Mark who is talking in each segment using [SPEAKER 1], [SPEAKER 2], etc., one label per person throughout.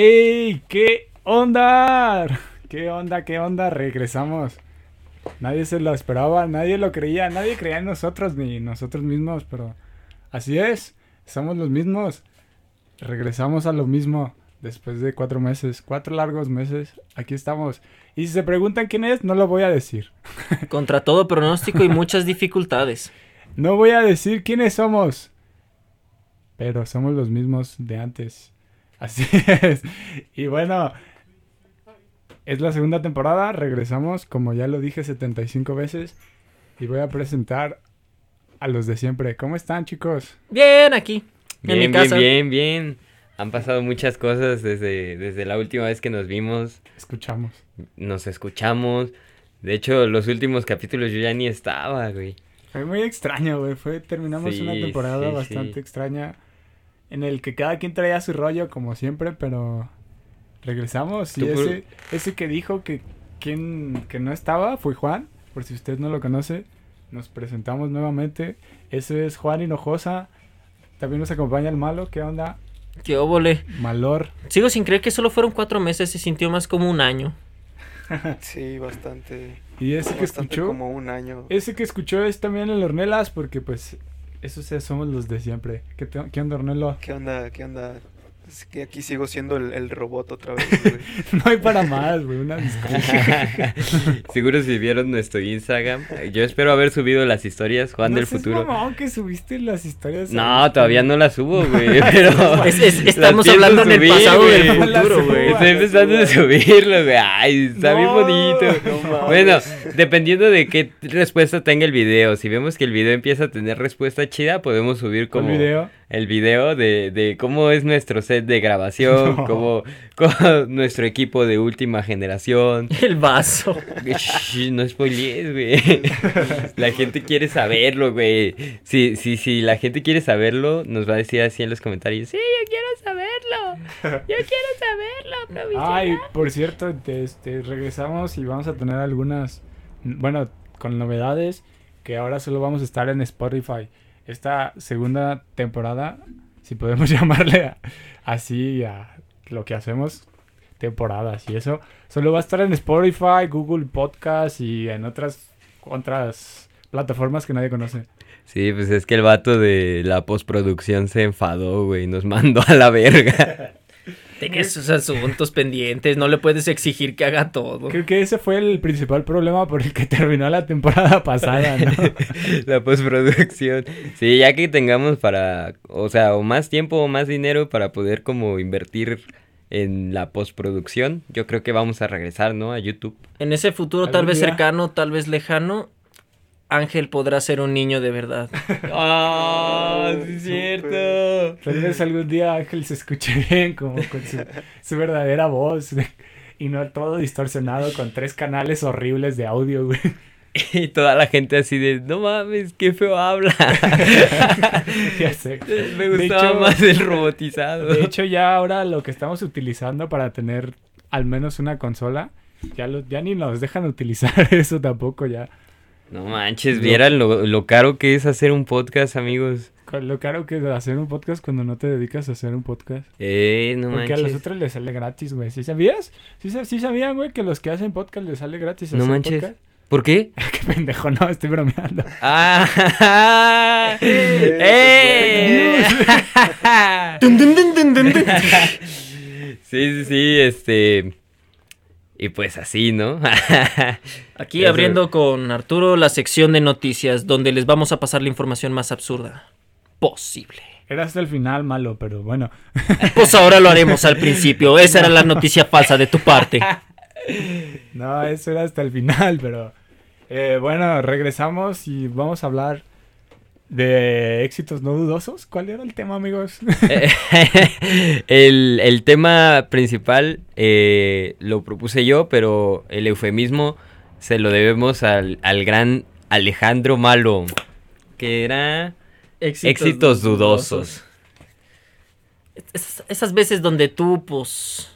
[SPEAKER 1] ¡Ey! ¿Qué onda? ¿Qué onda? ¿Qué onda? Regresamos. Nadie se lo esperaba, nadie lo creía, nadie creía en nosotros ni nosotros mismos, pero así es, somos los mismos. Regresamos a lo mismo después de cuatro meses, cuatro largos meses, aquí estamos. Y si se preguntan quién es, no lo voy a decir.
[SPEAKER 2] Contra todo pronóstico y muchas dificultades.
[SPEAKER 1] No voy a decir quiénes somos, pero somos los mismos de antes. Así es. Y bueno, es la segunda temporada, regresamos, como ya lo dije 75 veces, y voy a presentar a los de siempre. ¿Cómo están, chicos?
[SPEAKER 2] Bien, aquí.
[SPEAKER 3] Bien,
[SPEAKER 2] en mi casa.
[SPEAKER 3] bien, bien, bien. Han pasado muchas cosas desde, desde la última vez que nos vimos,
[SPEAKER 1] Escuchamos.
[SPEAKER 3] nos escuchamos. De hecho, los últimos capítulos yo ya ni estaba, güey.
[SPEAKER 1] Fue muy extraño, güey. Fue, terminamos
[SPEAKER 3] Sí,
[SPEAKER 1] una temporada
[SPEAKER 3] sí,
[SPEAKER 1] bastante
[SPEAKER 3] sí.
[SPEAKER 1] extraña en el que cada quien traía su rollo, como siempre, pero regresamos. Y
[SPEAKER 3] Tú por-
[SPEAKER 1] ese, ese que dijo que, quien, que no estaba fue Juan, por si usted no lo conoce. Nos presentamos nuevamente. Ese es Juan Hinojosa. También nos acompaña el malo. ¿Qué onda?
[SPEAKER 2] Qué óvole.
[SPEAKER 1] Malor.
[SPEAKER 2] Sigo sin creer que solo fueron cuatro meses, se sintió más como un año.
[SPEAKER 4] Sí, bastante.
[SPEAKER 1] Y ese que
[SPEAKER 4] bastante
[SPEAKER 1] escuchó.
[SPEAKER 4] como un año.
[SPEAKER 1] Ese que escuchó es también el Ornelas, porque pues esos ya somos los de siempre. ¿Qué, te- qué onda, Ornelo?
[SPEAKER 4] ¿Qué onda? ¿Qué onda? Es que aquí sigo siendo el, el robot otra vez. güey.
[SPEAKER 1] No hay para más, güey. Una disculpa.
[SPEAKER 3] Seguro si vieron nuestro Instagram. Yo espero haber subido las historias, Juan
[SPEAKER 1] No
[SPEAKER 3] del
[SPEAKER 1] seas
[SPEAKER 3] futuro.
[SPEAKER 1] mamón que subiste las historias.
[SPEAKER 3] No, todavía no las subo, güey. Pero
[SPEAKER 2] Es- es-
[SPEAKER 3] las
[SPEAKER 2] estamos
[SPEAKER 3] pienso
[SPEAKER 2] hablando en el pasado del
[SPEAKER 3] güey.
[SPEAKER 2] futuro,
[SPEAKER 3] Las
[SPEAKER 2] güey.
[SPEAKER 3] Estoy empezando a
[SPEAKER 1] Las
[SPEAKER 3] subirlo, güey. Ay, está bien
[SPEAKER 1] No,
[SPEAKER 3] bonito.
[SPEAKER 1] no mames.
[SPEAKER 3] Bueno, dependiendo de qué respuesta tenga el video. Si vemos que el video empieza a tener respuesta chida, podemos subir
[SPEAKER 1] Con
[SPEAKER 3] como
[SPEAKER 1] video.
[SPEAKER 3] el video de, de cómo es nuestro set de grabación,
[SPEAKER 1] No.
[SPEAKER 3] cómo, cómo nuestro equipo de última generación.
[SPEAKER 2] El vaso.
[SPEAKER 3] Shh, no spoilees, güey. La gente quiere saberlo, güey. Si, si, si la gente quiere saberlo, nos va a decir así en los comentarios. Sí, yo quiero saberlo. Yo quiero saberlo, provisional".
[SPEAKER 1] Ay, por cierto, te- este, regresamos y vamos a tener algunas. Bueno, con novedades que ahora solo vamos a estar en Spotify. Esta segunda temporada, si podemos llamarle a- así a lo que hacemos, temporadas y eso, solo va a estar en Spotify, Google Podcast y en otras, otras plataformas que nadie conoce.
[SPEAKER 3] Sí, pues es que el vato de la postproducción se enfadó, güey. Nos mandó a la verga.
[SPEAKER 2] Tenía sus asuntos pendientes, no le puedes exigir que haga todo.
[SPEAKER 1] Creo que ese fue el principal problema por el que terminó la temporada pasada, ¿no?
[SPEAKER 3] la postproducción. Sí, ya que tengamos para, o sea, o más tiempo o más dinero para poder como invertir en la postproducción, yo creo que vamos a regresar, ¿no? A YouTube.
[SPEAKER 2] En ese futuro, tal
[SPEAKER 1] Algún
[SPEAKER 2] vez
[SPEAKER 1] día.
[SPEAKER 2] cercano, tal vez lejano, Ángel podrá ser un niño de verdad.
[SPEAKER 3] ¡Ah!
[SPEAKER 4] sí es
[SPEAKER 3] cierto!
[SPEAKER 1] Tal vez algún día Ángel se escuche bien, como con su, su verdadera voz. Y no todo distorsionado con tres canales horribles de audio, güey.
[SPEAKER 3] Y toda la gente así de, no mames, qué feo habla.
[SPEAKER 1] ya sé.
[SPEAKER 3] Me
[SPEAKER 1] De
[SPEAKER 3] gustaba
[SPEAKER 1] hecho-
[SPEAKER 3] más el robotizado.
[SPEAKER 1] De hecho, ya ahora lo que estamos utilizando para tener al menos una consola, ya, lo- ya ni nos dejan utilizar eso tampoco ya.
[SPEAKER 3] no manches, vieran lo, lo caro que es hacer un podcast, amigos.
[SPEAKER 1] Con Lo caro que es hacer un podcast cuando no te dedicas a hacer un podcast.
[SPEAKER 3] Eh, no
[SPEAKER 1] Porque a los
[SPEAKER 3] manches.
[SPEAKER 1] otros les sale gratis, güey. ¿Sí sabías? ¿Sí, sab- sí sabían, güey, que los que hacen podcast les sale gratis
[SPEAKER 3] No
[SPEAKER 1] hacer
[SPEAKER 3] manches.
[SPEAKER 1] podcast?
[SPEAKER 3] ¿Por qué?
[SPEAKER 1] Qué pendejo, no, estoy bromeando.
[SPEAKER 3] ¡Ah! ¡Eh! Sí, sí, sí, este. Y pues así, ¿no?
[SPEAKER 2] Aquí
[SPEAKER 3] Eso.
[SPEAKER 2] abriendo con Arturo la sección de noticias, donde les vamos a pasar la información más absurda posible.
[SPEAKER 1] Era hasta el final malo, pero bueno.
[SPEAKER 2] Pues ahora lo haremos al principio. Esa era la noticia falsa de tu parte.
[SPEAKER 1] No, eso era hasta el final, pero... eh, bueno, regresamos y vamos a hablar de éxitos no dudosos. ¿Cuál era el tema, amigos?
[SPEAKER 3] Eh, el, el tema principal eh, lo propuse yo, pero el eufemismo se lo debemos al, al gran Alejandro Malo, que era éxitos, dudosos.
[SPEAKER 2] Esas, esas veces donde tú, pues.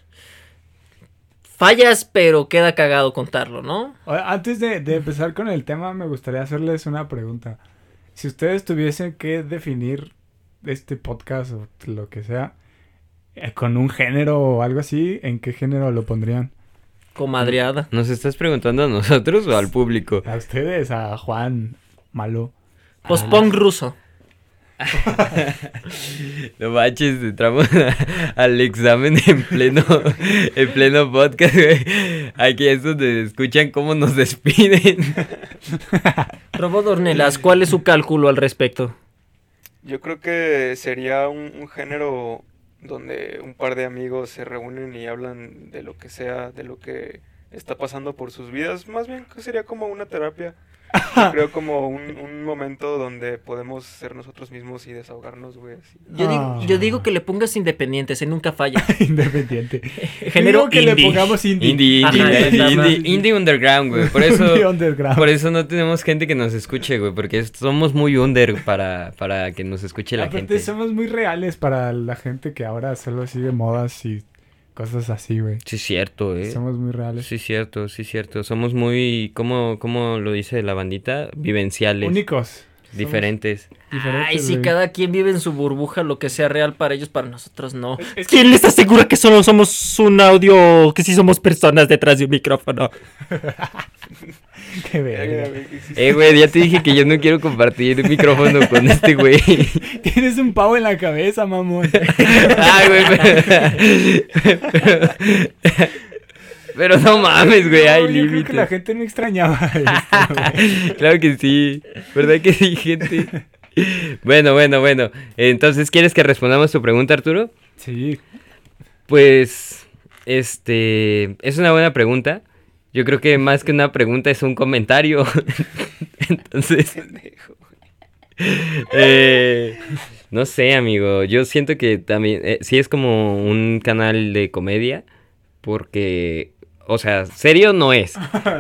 [SPEAKER 2] Fallas, pero queda cagado contarlo, ¿no?
[SPEAKER 1] O- Antes de, de empezar con el tema, me gustaría hacerles una pregunta. Si ustedes tuviesen que definir este podcast o lo que sea eh, con un género o algo así, ¿en qué género lo pondrían?
[SPEAKER 2] Comadreada.
[SPEAKER 3] ¿Nos estás preguntando a nosotros o al público?
[SPEAKER 1] A ustedes, a Juan Malo.
[SPEAKER 3] Ah.
[SPEAKER 2] Pues punk ruso.
[SPEAKER 3] No manches, entramos a- al examen en pleno, en pleno podcast, güey. Aquí es donde escuchan cómo nos despiden.
[SPEAKER 2] Robot Ornelas, ¿cuál es su cálculo al respecto?
[SPEAKER 4] Yo creo que sería un, un género donde un par de amigos se reúnen y hablan de lo que sea, de lo que está pasando por sus vidas. Más bien que sería como una terapia. Yo creo como un, un momento donde podemos ser nosotros mismos y desahogarnos, güey. así.
[SPEAKER 2] Yo, digo,
[SPEAKER 1] Ah.
[SPEAKER 2] yo digo que le pongas independientes, ese nunca falla.
[SPEAKER 1] Independiente.
[SPEAKER 2] Género
[SPEAKER 1] Digo que le
[SPEAKER 2] indie.
[SPEAKER 1] pongamos indie.
[SPEAKER 3] Indie, indie,
[SPEAKER 2] Ajá,
[SPEAKER 3] güey,
[SPEAKER 2] exacto.
[SPEAKER 3] indie, indie underground, güey. Por
[SPEAKER 1] Indie
[SPEAKER 3] eso,
[SPEAKER 1] underground.
[SPEAKER 3] por eso no tenemos gente que nos escuche, güey. Porque es- somos muy under para, para que nos escuche la
[SPEAKER 1] Aparte,
[SPEAKER 3] gente.
[SPEAKER 1] somos muy reales para la gente que ahora solo sigue modas y cosas así, güey.
[SPEAKER 3] Sí, cierto, eh.
[SPEAKER 1] Somos muy reales.
[SPEAKER 3] Sí, cierto, sí, cierto. Somos muy, ¿cómo, cómo lo dice la bandita? Vivenciales,
[SPEAKER 1] Únicos.
[SPEAKER 3] diferentes.
[SPEAKER 2] Ay,
[SPEAKER 1] diferentes,
[SPEAKER 2] si
[SPEAKER 1] güey.
[SPEAKER 2] cada quien vive en su burbuja, lo que sea real para ellos, para nosotros no.
[SPEAKER 1] Es- es
[SPEAKER 2] ¿Quién les asegura que solo somos un audio, que sí somos personas detrás de un micrófono?
[SPEAKER 1] Qué
[SPEAKER 4] Eh,
[SPEAKER 1] verga.
[SPEAKER 4] existe-
[SPEAKER 3] Eh, güey, ya te dije que yo no quiero compartir micrófono con este güey.
[SPEAKER 1] Tienes un pavo en la cabeza, mamón.
[SPEAKER 3] Ay, güey, pero... pero... pero no mames, güey, hay
[SPEAKER 1] No, yo creo que la
[SPEAKER 3] límites.
[SPEAKER 1] gente no extrañaba esto, güey.
[SPEAKER 3] Claro que sí, ¿verdad que sí, gente? Bueno, bueno, bueno. Entonces, ¿quieres que respondamos tu pregunta, Arturo?
[SPEAKER 1] Sí,
[SPEAKER 3] Pues, este, es una buena pregunta. Yo creo que más que una pregunta es un comentario. Entonces,
[SPEAKER 4] pendejo.
[SPEAKER 3] eh, no sé, amigo. Yo siento que también, eh, sí es como un canal de comedia, porque, o sea, serio no es.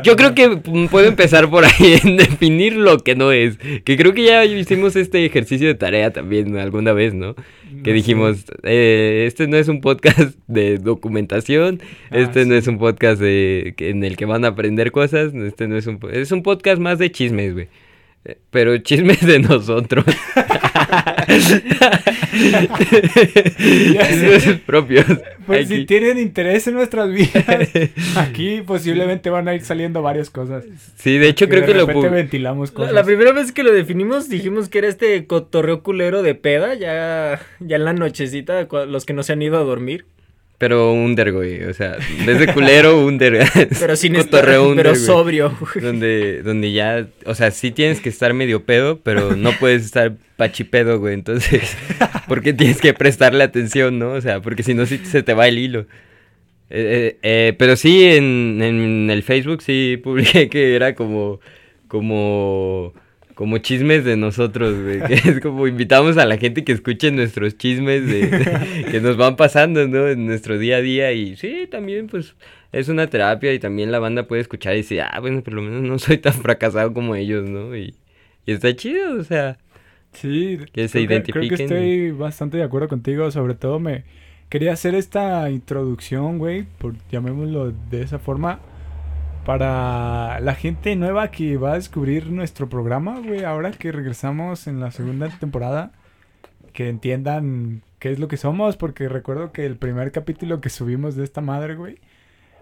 [SPEAKER 3] Yo creo que mm, puedo empezar por ahí en definir lo que no es. Que creo que ya hicimos este ejercicio de tarea también alguna vez, ¿no?
[SPEAKER 1] no
[SPEAKER 3] que
[SPEAKER 1] sé.
[SPEAKER 3] dijimos, eh, este no es un podcast de documentación,
[SPEAKER 1] Ah,
[SPEAKER 3] este no
[SPEAKER 1] sí.
[SPEAKER 3] es un podcast de, que- en el que van a aprender cosas, este no es un... po- Es un podcast más de chismes, güey. Eh, Pero chismes de nosotros. chismes propios.
[SPEAKER 1] Pues si
[SPEAKER 3] Aquí.
[SPEAKER 1] tienen interés en nuestras vidas, aquí posiblemente van a ir saliendo varias cosas.
[SPEAKER 3] Sí, de hecho creo
[SPEAKER 1] de
[SPEAKER 3] que lo...
[SPEAKER 1] repente
[SPEAKER 3] pub-
[SPEAKER 1] ventilamos
[SPEAKER 2] La,
[SPEAKER 1] cosas.
[SPEAKER 2] la primera vez que lo definimos dijimos que era este cotorreo culero de peda, ya, ya en la nochecita, cua- los que no se han ido a dormir,
[SPEAKER 3] Pero under, güey. O sea, desde culero, under.
[SPEAKER 2] pero sin estar-
[SPEAKER 3] Cotorreo under,
[SPEAKER 2] pero
[SPEAKER 3] güey.
[SPEAKER 2] sobrio.
[SPEAKER 3] Donde, donde ya, o sea, sí tienes que estar medio pedo, pero no puedes estar pachipedo, güey. Entonces, porque tienes que prestarle atención, ¿no? O sea, porque si no, sí se te va el hilo. Eh, eh, eh, pero sí, en, en el Facebook sí publiqué que era como, como, como chismes de nosotros, güey. Que es como invitamos a la gente que escuche nuestros chismes de- que nos van pasando, ¿no? En nuestro día a día. Y sí, también, pues, es una terapia y también la banda puede escuchar y decir, ah, bueno, por lo menos no soy tan fracasado como ellos, ¿no? Y, y está chido, o sea.
[SPEAKER 1] Sí,
[SPEAKER 3] Que se
[SPEAKER 1] creo Creo que
[SPEAKER 3] identifiquen
[SPEAKER 1] estoy bastante de acuerdo contigo. Sobre todo me quería hacer esta introducción, güey, por llamémoslo de esa forma, para la gente nueva que va a descubrir nuestro programa, güey. Ahora que regresamos en la segunda temporada, que entiendan qué es lo que somos, porque recuerdo que el primer capítulo que subimos de esta madre, güey.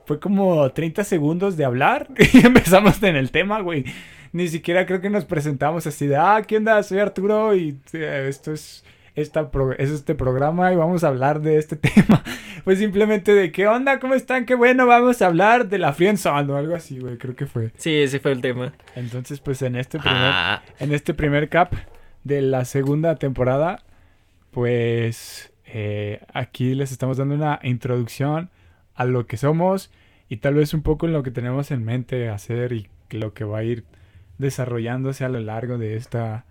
[SPEAKER 1] Fue como 30 segundos de hablar y empezamos en el tema, güey. Ni siquiera creo que nos presentamos así de, ah, ¿qué onda? Soy Arturo y eh, esto es, esta pro- es este programa y vamos a hablar de este tema. Pues simplemente de, ¿qué onda? ¿Cómo están? Qué bueno, vamos a hablar de la friendzone o algo así, güey, creo que fue.
[SPEAKER 2] Sí, ese fue el tema.
[SPEAKER 1] Entonces, pues en este primer,
[SPEAKER 3] Ah,
[SPEAKER 1] en este primer cap de la segunda temporada, pues eh, aquí les estamos dando una introducción a lo que somos y tal vez un poco en lo que tenemos en mente hacer y lo que va a ir desarrollándose a lo largo de esta...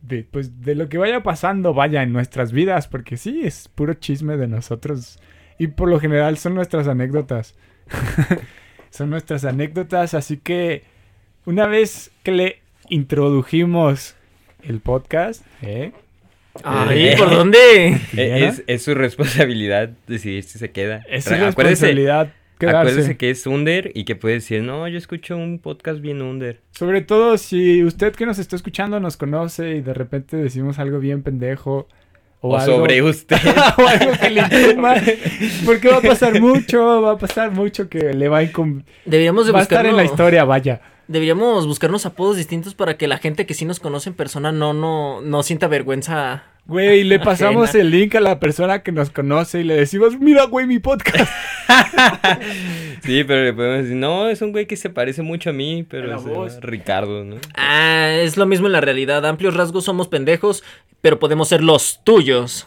[SPEAKER 1] De, pues de lo que vaya pasando, vaya en nuestras vidas, porque sí, es puro chisme de nosotros y por lo general son nuestras anécdotas. son nuestras anécdotas, así que una vez que le introdujimos el podcast, ¿eh?
[SPEAKER 2] Ay,
[SPEAKER 3] Eh.
[SPEAKER 2] ¿por dónde?
[SPEAKER 3] eh,
[SPEAKER 1] ¿Quisiera?
[SPEAKER 3] es, es su responsabilidad decidir si se queda.
[SPEAKER 1] Es su
[SPEAKER 3] Re- acuérdese-
[SPEAKER 1] responsabilidad
[SPEAKER 3] Acuérdese
[SPEAKER 1] quedarse.
[SPEAKER 3] que es under y que puede decir, no, yo escucho un podcast bien under.
[SPEAKER 1] Sobre todo si usted que nos está escuchando nos conoce y de repente decimos algo bien pendejo
[SPEAKER 3] o
[SPEAKER 1] algo- Ah,
[SPEAKER 3] sobre usted.
[SPEAKER 1] o algo que le incomode, Porque va a pasar mucho, va a pasar mucho que le va a incom-
[SPEAKER 2] Deberíamos de
[SPEAKER 1] Va a estar en la
[SPEAKER 2] buscarnos-
[SPEAKER 1] historia, vaya.
[SPEAKER 2] Deberíamos buscarnos apodos distintos para que la gente que sí nos conoce en persona no, no, no sienta vergüenza.
[SPEAKER 1] Güey, le pasamos
[SPEAKER 2] Ajena.
[SPEAKER 1] el link a la persona que nos conoce y le decimos, mira, güey, mi podcast.
[SPEAKER 3] Sí, pero le podemos decir, no, es un güey que se parece mucho a mí, pero
[SPEAKER 1] La
[SPEAKER 3] se llama
[SPEAKER 1] voz.
[SPEAKER 3] Ricardo, ¿no?
[SPEAKER 2] Ah, es lo mismo en la realidad. Amplios rasgos somos pendejos, pero podemos ser los tuyos.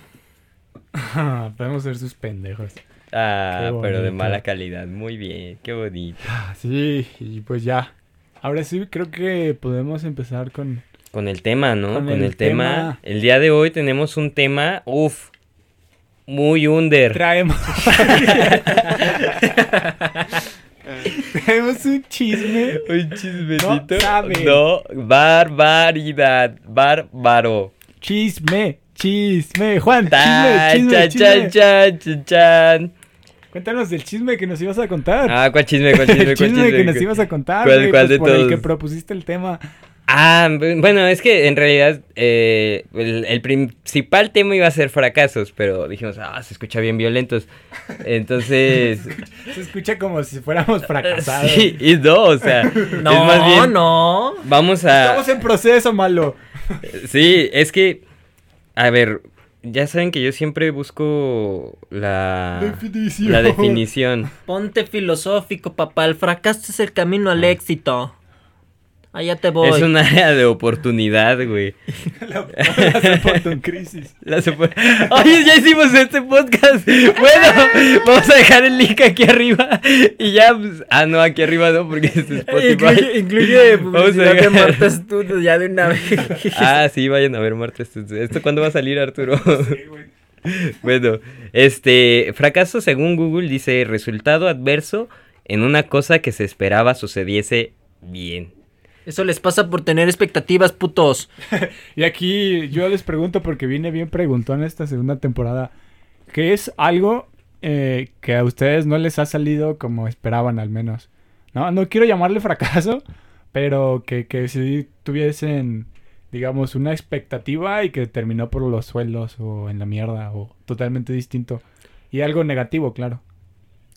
[SPEAKER 1] Ah, Podemos ser sus pendejos.
[SPEAKER 3] Ah,
[SPEAKER 1] Qué
[SPEAKER 3] pero de
[SPEAKER 1] bonito.
[SPEAKER 3] mala calidad. Muy bien, qué bonito.
[SPEAKER 1] Ah, Sí, y pues ya. Ahora sí, creo que podemos empezar con...
[SPEAKER 3] Con el tema, ¿no?
[SPEAKER 1] Con
[SPEAKER 3] Con,
[SPEAKER 1] el
[SPEAKER 3] el, tema. El día de hoy tenemos un tema, uff, muy under.
[SPEAKER 1] Traemos... Traemos un chisme.
[SPEAKER 3] Un
[SPEAKER 1] No sabe.
[SPEAKER 3] No, barbaridad, bárbaro.
[SPEAKER 1] Chisme, chisme. Juan,
[SPEAKER 3] Ta,
[SPEAKER 1] chisme, chisme,
[SPEAKER 3] chan,
[SPEAKER 1] chisme.
[SPEAKER 3] chan, chan, chan, chan.
[SPEAKER 1] Cuéntanos del chisme que nos ibas a contar.
[SPEAKER 3] Ah, ¿cuál chisme? ¿Cuál chisme?
[SPEAKER 1] el
[SPEAKER 3] ¿Cuál
[SPEAKER 1] chisme que
[SPEAKER 3] chisme?
[SPEAKER 1] nos ibas a contar,
[SPEAKER 3] ¿Cuál-
[SPEAKER 1] güey,
[SPEAKER 3] cuál
[SPEAKER 1] pues,
[SPEAKER 3] de
[SPEAKER 1] por el que
[SPEAKER 3] todos?
[SPEAKER 1] propusiste el tema.
[SPEAKER 3] Ah, bu- bueno, es que en realidad eh, el, el principal tema iba a ser fracasos, pero dijimos, ah, se escucha bien violentos. Entonces,
[SPEAKER 1] Se escucha como si fuéramos fracasados.
[SPEAKER 3] sí, y no, o sea,
[SPEAKER 2] No,
[SPEAKER 3] es más bien,
[SPEAKER 2] no.
[SPEAKER 3] vamos a...
[SPEAKER 1] Estamos en proceso, malo.
[SPEAKER 3] Sí, es que, a ver, ya saben que yo siempre busco la
[SPEAKER 1] Definición.
[SPEAKER 3] La definición.
[SPEAKER 2] Ponte filosófico, papá. El fracaso es el camino al éxito. Allá te voy.
[SPEAKER 3] Es un área de oportunidad, güey.
[SPEAKER 1] La un crisis.
[SPEAKER 3] Las opor- Oye, ya hicimos este podcast. Bueno, vamos a dejar el link aquí arriba. Y ya. pues, ah, no, aquí arriba no, porque es
[SPEAKER 2] Eh, Incluye,
[SPEAKER 3] Spotify.
[SPEAKER 2] incluye
[SPEAKER 3] Vamos a
[SPEAKER 2] publicidad de
[SPEAKER 3] dejar-
[SPEAKER 2] Marta Estudio ya de una vez.
[SPEAKER 3] Ah, sí, vayan a ver Marta. Esto, ¿Esto cuándo va a salir, Arturo? bueno, este. Fracaso, según Google, dice resultado adverso en una cosa que se esperaba sucediese bien.
[SPEAKER 2] Eso les pasa por tener expectativas, putos.
[SPEAKER 1] Y aquí yo les pregunto, porque viene bien preguntón esta segunda temporada, ¿qué es algo eh, que a ustedes no les ha salido como esperaban al menos? No, no quiero llamarle fracaso, pero que, que si tuviesen, digamos, una expectativa y que terminó por los suelos o en la mierda o totalmente distinto. Y algo negativo, claro.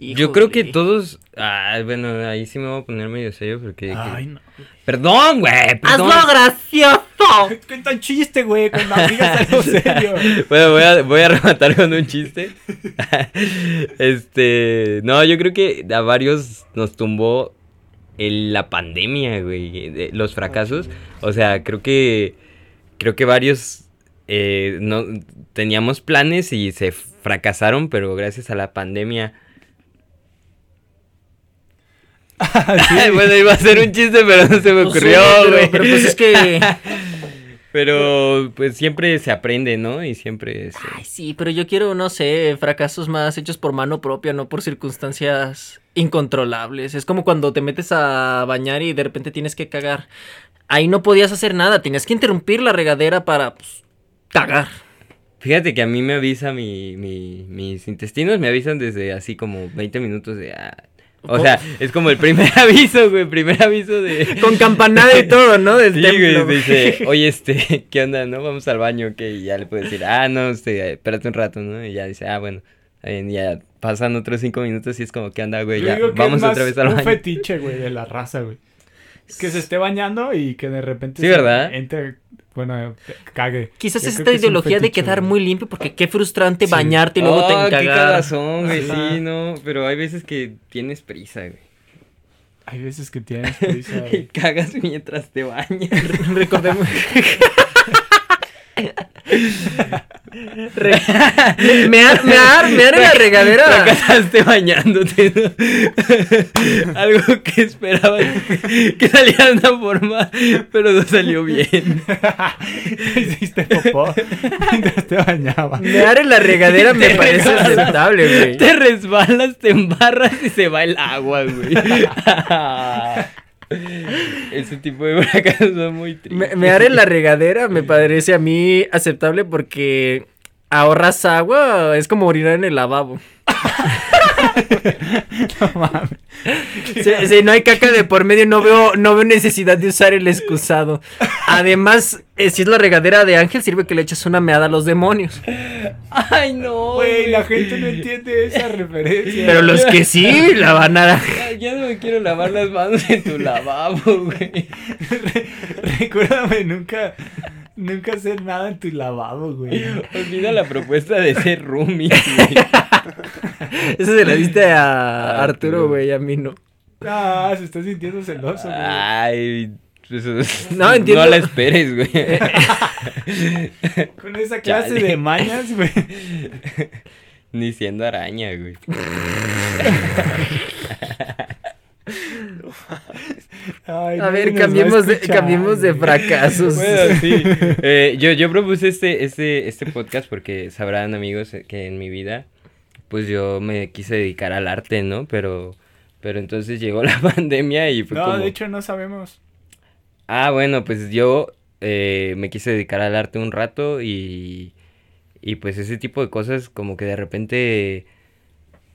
[SPEAKER 3] Yo creo que
[SPEAKER 2] Híjole.
[SPEAKER 3] todos. Ah, bueno, ahí sí me voy a poner medio serio porque.
[SPEAKER 1] no.
[SPEAKER 3] Perdón, güey. Perdón.
[SPEAKER 2] ¡Hazlo gracioso!
[SPEAKER 1] Cuenta un chiste, güey, cuando digas algo
[SPEAKER 3] O sea,
[SPEAKER 1] serio.
[SPEAKER 3] bueno, voy a, voy a rematar con un chiste. este, no, yo creo que a varios nos tumbó el- la pandemia, güey, de- los fracasos. O sea, creo que creo que varios eh, no teníamos planes y se fracasaron, pero gracias a la pandemia. bueno, iba a ser un chiste, pero no se me
[SPEAKER 2] No sé,
[SPEAKER 3] ocurrió,
[SPEAKER 2] pero-
[SPEAKER 3] güey.
[SPEAKER 2] pero pues es que.
[SPEAKER 3] Pero pues siempre se aprende, ¿no? Y siempre se-
[SPEAKER 2] Ay, sí, pero yo quiero, no sé, fracasos más hechos por mano propia, no por circunstancias incontrolables. Es como cuando te metes a bañar y de repente tienes que cagar. Ahí no podías hacer nada, tenías que interrumpir la regadera para pues, cagar.
[SPEAKER 3] Fíjate que a mí me avisa mi, mi- mis intestinos, me avisan desde así como 20 minutos de... ah. O
[SPEAKER 2] Co-
[SPEAKER 3] sea, es como el primer aviso, güey, primer aviso de...
[SPEAKER 2] Con campanada y todo, ¿no? Del
[SPEAKER 3] Sí, güey,
[SPEAKER 2] templo.
[SPEAKER 3] dice, oye, este, ¿qué onda, no? Vamos al baño, que ya le puedo decir, ah, no, este, espérate un rato, ¿no? Y ya dice, ah, bueno, está bien, ya pasan otros cinco minutos y es como, ¿qué onda, güey?
[SPEAKER 1] Yo
[SPEAKER 3] Ya,
[SPEAKER 1] digo que
[SPEAKER 3] vamos
[SPEAKER 1] es más
[SPEAKER 3] otra vez al
[SPEAKER 1] un
[SPEAKER 3] baño.
[SPEAKER 1] fetiche, güey, de la raza, güey. Es este? que se esté bañando y que de repente...
[SPEAKER 3] Sí,
[SPEAKER 1] se
[SPEAKER 3] ¿verdad?
[SPEAKER 1] entre- bueno, cague.
[SPEAKER 2] Quizás
[SPEAKER 1] Yo
[SPEAKER 2] es
[SPEAKER 1] creo
[SPEAKER 2] esta
[SPEAKER 1] que es un
[SPEAKER 2] ideología de
[SPEAKER 1] fetiche,
[SPEAKER 2] quedar
[SPEAKER 1] güey.
[SPEAKER 2] muy limpio, porque qué frustrante
[SPEAKER 1] Sí.
[SPEAKER 2] bañarte y luego
[SPEAKER 3] Oh,
[SPEAKER 2] te
[SPEAKER 3] qué
[SPEAKER 2] encagas.
[SPEAKER 3] cagazón, güey,
[SPEAKER 2] Ajá.
[SPEAKER 3] sí, no, pero hay veces que tienes prisa, güey.
[SPEAKER 1] Hay veces que tienes prisa,
[SPEAKER 3] Y
[SPEAKER 1] güey.
[SPEAKER 3] cagas mientras te bañas.
[SPEAKER 2] Recordemos. Re- mear, mear, mear en la regadera.
[SPEAKER 3] Fracasaste bañándote. ¿no? Algo que esperabas que saliera de una forma, pero no salió bien.
[SPEAKER 1] Te hiciste popó mientras te bañabas.
[SPEAKER 2] Mear en la regadera me
[SPEAKER 3] Te
[SPEAKER 2] parece
[SPEAKER 3] regalas.
[SPEAKER 2] aceptable, güey.
[SPEAKER 3] Te resbalas, te embarras y se va el agua, güey. Ese tipo de fracasos son muy
[SPEAKER 2] Me-
[SPEAKER 3] tristes.
[SPEAKER 2] Mear en la regadera me parece a mí aceptable porque ahorras agua, es como orinar en el lavabo.
[SPEAKER 1] No mames.
[SPEAKER 2] Si, si no hay caca de por medio, no veo, no veo necesidad de usar el excusado. Además, eh, si es la regadera de Ángel, sirve que le eches una meada a los demonios. Ay, no.
[SPEAKER 1] Güey, la gente no entiende esa referencia.
[SPEAKER 2] Pero los que sí la van a.
[SPEAKER 3] Ya, ya no me quiero lavar las manos en tu lavabo, güey.
[SPEAKER 1] Re- recuérdame nunca, nunca hacer nada en tu lavabo, güey.
[SPEAKER 3] Olvida la propuesta de ser roomie, güey.
[SPEAKER 2] Esa se la diste a Arturo,
[SPEAKER 3] Ah, Arturo.
[SPEAKER 2] güey, a mí no.
[SPEAKER 1] Ah, se está sintiendo celoso, güey.
[SPEAKER 3] Ah, Ay, pues,
[SPEAKER 2] No,
[SPEAKER 3] no,
[SPEAKER 2] entiendo.
[SPEAKER 3] la esperes, güey.
[SPEAKER 1] Con esa clase
[SPEAKER 3] Chale.
[SPEAKER 1] de mañas, güey.
[SPEAKER 3] Ni siendo araña, güey.
[SPEAKER 1] Ay,
[SPEAKER 2] A
[SPEAKER 1] no
[SPEAKER 2] ver,
[SPEAKER 1] nos va a
[SPEAKER 2] cambiemos de,
[SPEAKER 1] escuchar,
[SPEAKER 2] cambiemos de
[SPEAKER 1] güey.
[SPEAKER 2] fracasos.
[SPEAKER 3] Bueno, sí. Eh, yo, yo propuse este, este, este podcast porque sabrán, amigos, eh, que en mi vida, pues yo me quise dedicar al arte, ¿no? Pero, pero entonces llegó la pandemia y fue
[SPEAKER 1] No,
[SPEAKER 3] como...
[SPEAKER 1] de hecho no sabemos.
[SPEAKER 3] Ah, bueno, pues yo eh, me quise dedicar al arte un rato y, y pues ese tipo de cosas como que de repente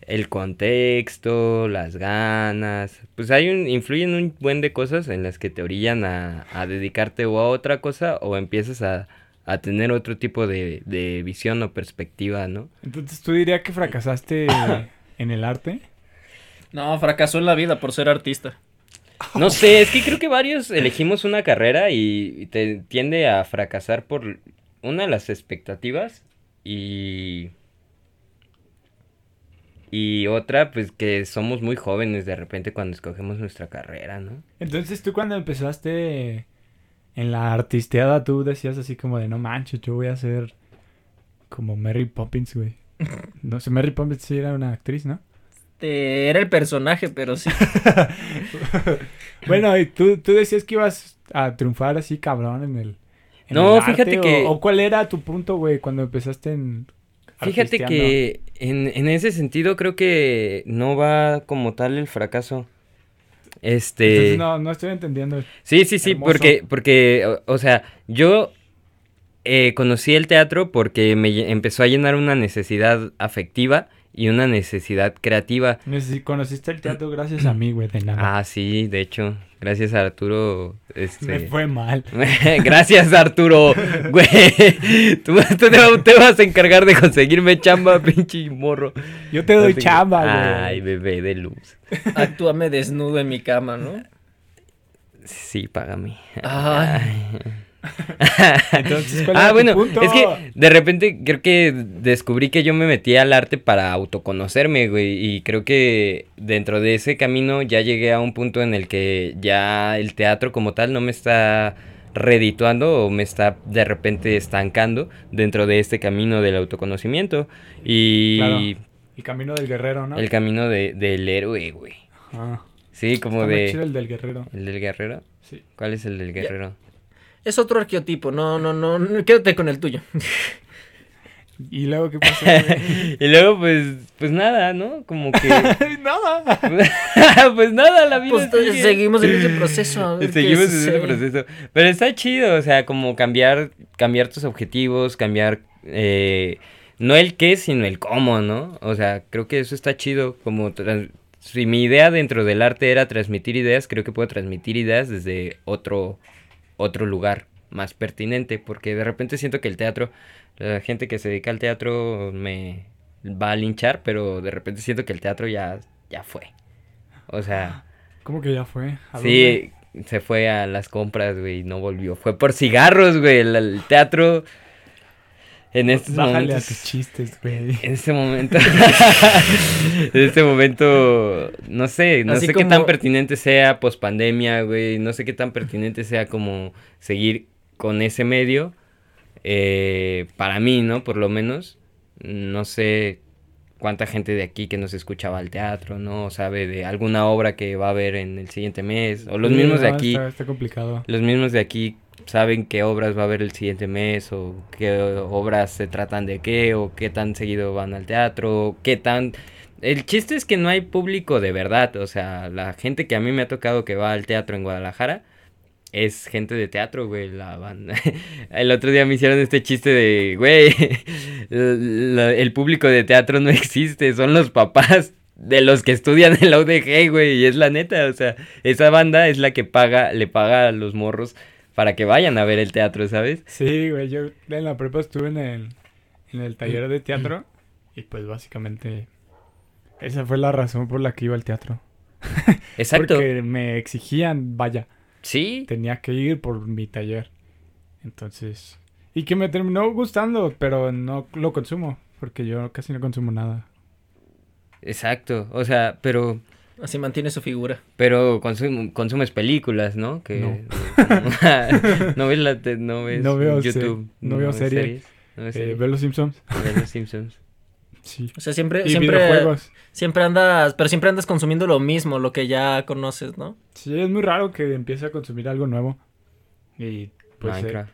[SPEAKER 3] el contexto, las ganas, pues hay un, influyen un buen de cosas en las que te orillan a, a dedicarte o a otra cosa o empiezas a, a tener otro tipo de, de visión o perspectiva, ¿no?
[SPEAKER 1] Entonces, ¿tú dirías que fracasaste en el arte?
[SPEAKER 2] No, fracasó en la vida por ser artista.
[SPEAKER 3] No sé, es que creo que varios elegimos una carrera y te tiende a fracasar por una de las expectativas y y otra pues que somos muy jóvenes de repente cuando escogemos nuestra carrera, ¿no?
[SPEAKER 1] Entonces, tú cuando empezaste en la artisteada, tú decías así como de, no manches, yo voy a ser como Mary Poppins, güey. No sé, Mary Poppins sí era una actriz, ¿no?
[SPEAKER 2] Este, era el personaje, pero sí.
[SPEAKER 1] bueno, y tú, tú decías que ibas a triunfar así cabrón en el. en
[SPEAKER 3] No,
[SPEAKER 1] el arte,
[SPEAKER 3] fíjate
[SPEAKER 1] o-
[SPEAKER 3] que-
[SPEAKER 1] ¿O cuál era tu punto, güey, cuando empezaste en.
[SPEAKER 3] Fíjate
[SPEAKER 1] artisteando?
[SPEAKER 3] que eh, en, en ese sentido creo que no va como tal el fracaso. Este
[SPEAKER 1] Entonces, no, no estoy entendiendo.
[SPEAKER 3] Sí, sí, sí,
[SPEAKER 1] Hermoso.
[SPEAKER 3] porque, porque, o, o sea, yo eh, conocí el teatro porque me lle- empezó a llenar una necesidad afectiva y una necesidad creativa.
[SPEAKER 1] Neces- Conociste el teatro gracias a mí, güey, de nada.
[SPEAKER 3] Ah, sí, de hecho, gracias a Arturo, este...
[SPEAKER 1] Me fue mal.
[SPEAKER 3] Gracias Arturo, güey. Tú, tú te, va- te vas a encargar de conseguirme chamba, pinche morro.
[SPEAKER 1] Yo te doy
[SPEAKER 3] No te-
[SPEAKER 1] chamba, güey.
[SPEAKER 3] Ay, bebé de luz.
[SPEAKER 2] Actúame desnudo en mi cama, ¿no?
[SPEAKER 3] Sí, págame.
[SPEAKER 2] Ay.
[SPEAKER 1] Entonces, ¿cuál era
[SPEAKER 3] ah,
[SPEAKER 1] tu
[SPEAKER 3] bueno,
[SPEAKER 1] punto?
[SPEAKER 3] es que de repente creo que descubrí que yo me metí al arte para autoconocerme, güey, y creo que dentro de ese camino ya llegué a un punto en el que ya el teatro como tal no me está redituando o me está de repente estancando dentro de este camino del autoconocimiento y
[SPEAKER 1] Claro, El camino del guerrero, ¿no?
[SPEAKER 3] el camino de- del héroe, güey.
[SPEAKER 1] Ah,
[SPEAKER 3] Sí, como
[SPEAKER 1] está muy
[SPEAKER 3] de...
[SPEAKER 1] chido el del guerrero.
[SPEAKER 3] ¿El del guerrero?
[SPEAKER 1] Sí.
[SPEAKER 3] ¿Cuál es el del guerrero?
[SPEAKER 2] Es otro arqueotipo. No, no, no. no, Quédate con el tuyo.
[SPEAKER 1] ¿Y luego qué pasó? güey?
[SPEAKER 3] y luego pues pues nada, ¿no? Como que
[SPEAKER 1] nada.
[SPEAKER 3] pues nada, la vida
[SPEAKER 2] Pues,
[SPEAKER 3] sigue.
[SPEAKER 2] seguimos en ese proceso. a ver qué
[SPEAKER 3] Seguimos en ese
[SPEAKER 2] sucede.
[SPEAKER 3] proceso. Pero está chido, o sea, como cambiar, cambiar tus objetivos, cambiar eh, no el qué, sino el cómo, ¿no? O sea, creo que eso está chido. Como trans- si mi idea dentro del arte era transmitir ideas, creo que puedo transmitir ideas desde otro, otro lugar más pertinente. Porque de repente siento que el teatro, la gente que se dedica al teatro me va a linchar, pero de repente siento que el teatro ya, ya fue. O sea.
[SPEAKER 1] ¿Cómo que ya fue? ¿A dónde?
[SPEAKER 3] Sí, se fue a las compras, güey, y no volvió. Fue por cigarros, güey, el, el teatro. En estos
[SPEAKER 1] Bájale a tus
[SPEAKER 3] momentos.
[SPEAKER 1] chistes, güey.
[SPEAKER 3] En este momento. en este momento. No sé, no
[SPEAKER 2] Así
[SPEAKER 3] sé qué
[SPEAKER 2] como-
[SPEAKER 3] tan pertinente sea post pandemia, güey. No sé qué tan pertinente sea como seguir con ese medio. eh, para mí, ¿no? Por lo menos. No sé cuánta gente de aquí que nos escuchaba al teatro, ¿no? O sabe de alguna obra que va a haber en el siguiente mes. O los
[SPEAKER 1] Sí,
[SPEAKER 3] mismos de
[SPEAKER 1] no,
[SPEAKER 3] aquí
[SPEAKER 1] Está, está complicado.
[SPEAKER 3] los mismos de aquí saben qué obras va a haber el siguiente mes o qué obras se tratan de qué o qué tan seguido van al teatro, o qué tan... El chiste es que no hay público de verdad, o sea, la gente que a mí me ha tocado que va al teatro en Guadalajara es gente de teatro, güey, la banda. El otro día me hicieron este chiste de, güey, la- el público de teatro no existe, son los papás de los que estudian en la UDG, güey, y es la neta, o sea, esa banda es la que paga, le paga a los morros para que vayan a ver el teatro, ¿sabes?
[SPEAKER 1] Sí, güey, yo en la prepa estuve en el, en el taller de teatro. Y pues básicamente esa fue la razón por la que iba al teatro.
[SPEAKER 3] Exacto.
[SPEAKER 1] Porque me exigían, vaya,
[SPEAKER 3] Sí.
[SPEAKER 1] tenía que ir por mi taller. Entonces, y que me terminó gustando, pero no lo consumo, porque yo casi no consumo nada.
[SPEAKER 3] Exacto. O sea, pero
[SPEAKER 2] Así mantiene su figura.
[SPEAKER 3] pero consum- consumes películas, ¿no? Que
[SPEAKER 1] No.
[SPEAKER 3] no ves la te- no ves
[SPEAKER 1] No veo se-
[SPEAKER 3] YouTube,
[SPEAKER 1] no veo
[SPEAKER 3] ves
[SPEAKER 1] serie.
[SPEAKER 3] no ves
[SPEAKER 1] Eh,
[SPEAKER 3] series,
[SPEAKER 1] ¿Ver los Simpsons?
[SPEAKER 3] ves los Simpsons.
[SPEAKER 1] Sí.
[SPEAKER 2] O sea, Eh, siempre,
[SPEAKER 1] Y
[SPEAKER 2] siempre,
[SPEAKER 1] videojuegos.
[SPEAKER 2] siempre andas, pero siempre andas consumiendo lo mismo, lo que ya conoces, ¿no?
[SPEAKER 1] Sí, es muy raro que empiece a consumir algo nuevo. Y pues... eh,
[SPEAKER 3] Minecraft.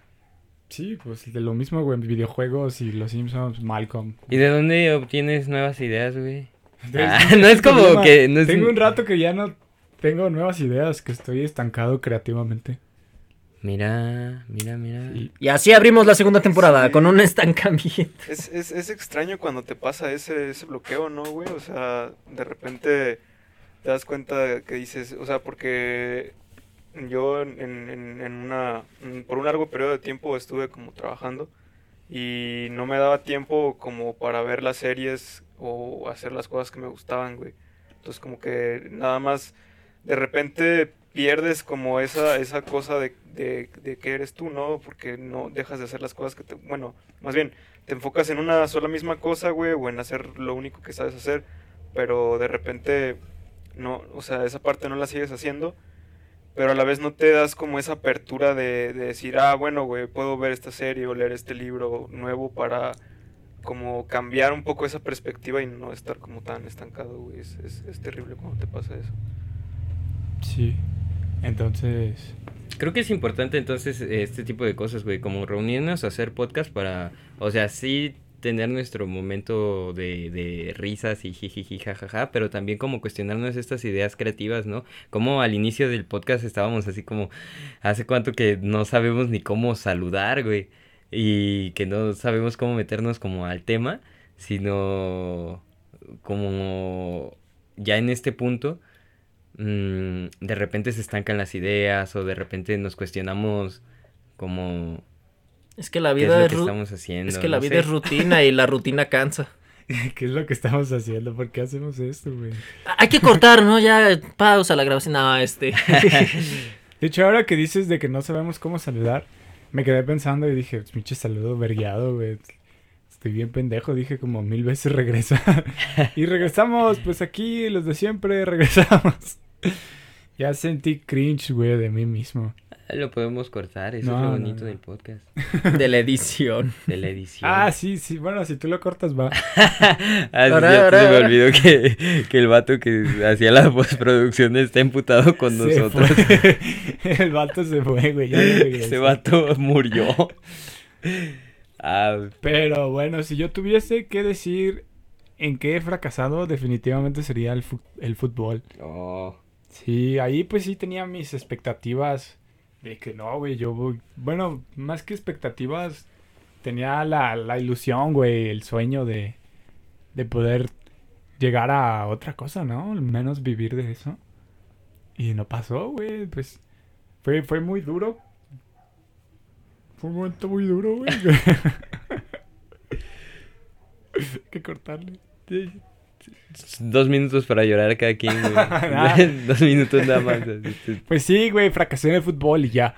[SPEAKER 1] sí, pues de lo mismo, güey. Videojuegos y los Simpsons, Malcolm.
[SPEAKER 3] ¿Y de dónde obtienes nuevas ideas, güey?
[SPEAKER 1] Entonces,
[SPEAKER 3] Ah,
[SPEAKER 1] ese
[SPEAKER 3] no es
[SPEAKER 1] el
[SPEAKER 3] como
[SPEAKER 1] problema.
[SPEAKER 3] que- no es
[SPEAKER 1] Tengo
[SPEAKER 3] un-
[SPEAKER 1] un rato que ya no tengo nuevas ideas, que estoy estancado creativamente.
[SPEAKER 3] Mira, mira, mira.
[SPEAKER 1] Y-
[SPEAKER 2] Y así abrimos la segunda temporada,
[SPEAKER 4] Sí.
[SPEAKER 2] con un estancamiento.
[SPEAKER 4] Es, es, es extraño cuando te pasa ese, ese bloqueo, ¿no, güey? O sea, de repente te das cuenta que dices, o sea, porque yo en, en- en una, en- por un largo periodo de tiempo estuve como trabajando y no me daba tiempo como para ver las series o hacer las cosas que me gustaban, güey. Entonces como que nada más de repente pierdes como esa, esa cosa de, de, de que eres tú, ¿no? Porque no dejas de hacer las cosas que te... Bueno, más bien, te enfocas en una sola misma cosa, güey, o en hacer lo único que sabes hacer, pero de repente no, o sea, esa parte no la sigues haciendo, pero a la vez no te das como esa apertura de, de decir, ah, bueno, güey, puedo ver esta serie o leer este libro nuevo para como cambiar un poco esa perspectiva y no estar como tan estancado, güey. Es, es- es terrible cuando te pasa eso.
[SPEAKER 1] Sí. Entonces,
[SPEAKER 3] Creo que es importante entonces este tipo de cosas, güey, como reunirnos a hacer podcast para, o sea, sí tener nuestro momento de, de risas y jijiji jajaja, pero también como cuestionarnos estas ideas creativas, ¿no? Como al inicio del podcast estábamos así como, hace cuánto que no sabemos ni cómo saludar, güey, y que no sabemos cómo meternos como al tema, sino como ya en este punto mm, de repente se estancan las ideas o de repente nos cuestionamos como
[SPEAKER 2] Es que la
[SPEAKER 3] qué es lo
[SPEAKER 2] vida es,
[SPEAKER 3] que
[SPEAKER 2] ru-
[SPEAKER 3] estamos haciendo.
[SPEAKER 2] es que la
[SPEAKER 3] no
[SPEAKER 2] vida
[SPEAKER 3] sé.
[SPEAKER 2] es rutina y la rutina cansa.
[SPEAKER 1] ¿qué es lo que estamos haciendo? ¿Por qué hacemos esto, güey?
[SPEAKER 2] Hay que cortar, ¿no? Ya pausa la grabación. No, este.
[SPEAKER 1] De hecho, ahora que dices de que no sabemos cómo saludar, me quedé pensando y dije, "Pues, pinche saludo vergueado, güey. Estoy bien pendejo, dije como mil veces regresa. y regresamos, pues aquí, los de siempre, regresamos. ya sentí cringe, güey, de mí mismo.
[SPEAKER 3] Lo podemos cortar, eso es
[SPEAKER 1] No, no,
[SPEAKER 3] lo bonito
[SPEAKER 1] no.
[SPEAKER 3] del podcast,
[SPEAKER 2] de la edición.
[SPEAKER 3] de la edición.
[SPEAKER 1] Ah, sí, sí, bueno, si tú lo cortas, va.
[SPEAKER 3] Ah, sí,
[SPEAKER 2] Ahora,
[SPEAKER 3] cierto,
[SPEAKER 2] ahora,
[SPEAKER 3] se me
[SPEAKER 2] ahora.
[SPEAKER 3] olvidó que, que el vato que hacía la postproducción está emputado con
[SPEAKER 1] Se
[SPEAKER 3] nosotros.
[SPEAKER 1] fue. El vato se fue, güey. ya no regresó.
[SPEAKER 3] Ese vato murió. Ah,
[SPEAKER 1] Pero bueno, si yo tuviese que decir en qué he fracasado, definitivamente sería el, fu- el fútbol.
[SPEAKER 3] no.
[SPEAKER 1] Sí, ahí pues sí tenía mis expectativas de que no, güey, yo voy... Bueno, más que expectativas, tenía la, la ilusión, güey, el sueño de, de poder llegar a otra cosa, ¿no? Al menos vivir de eso. Y no pasó, güey, pues fue, fue muy duro. Fue un momento muy duro, güey. Hay que cortarle.
[SPEAKER 3] Dos minutos para llorar cada quien. güey.
[SPEAKER 1] Nah.
[SPEAKER 3] Dos minutos nada más. así.
[SPEAKER 1] Pues sí, güey, fracasé en el fútbol y ya.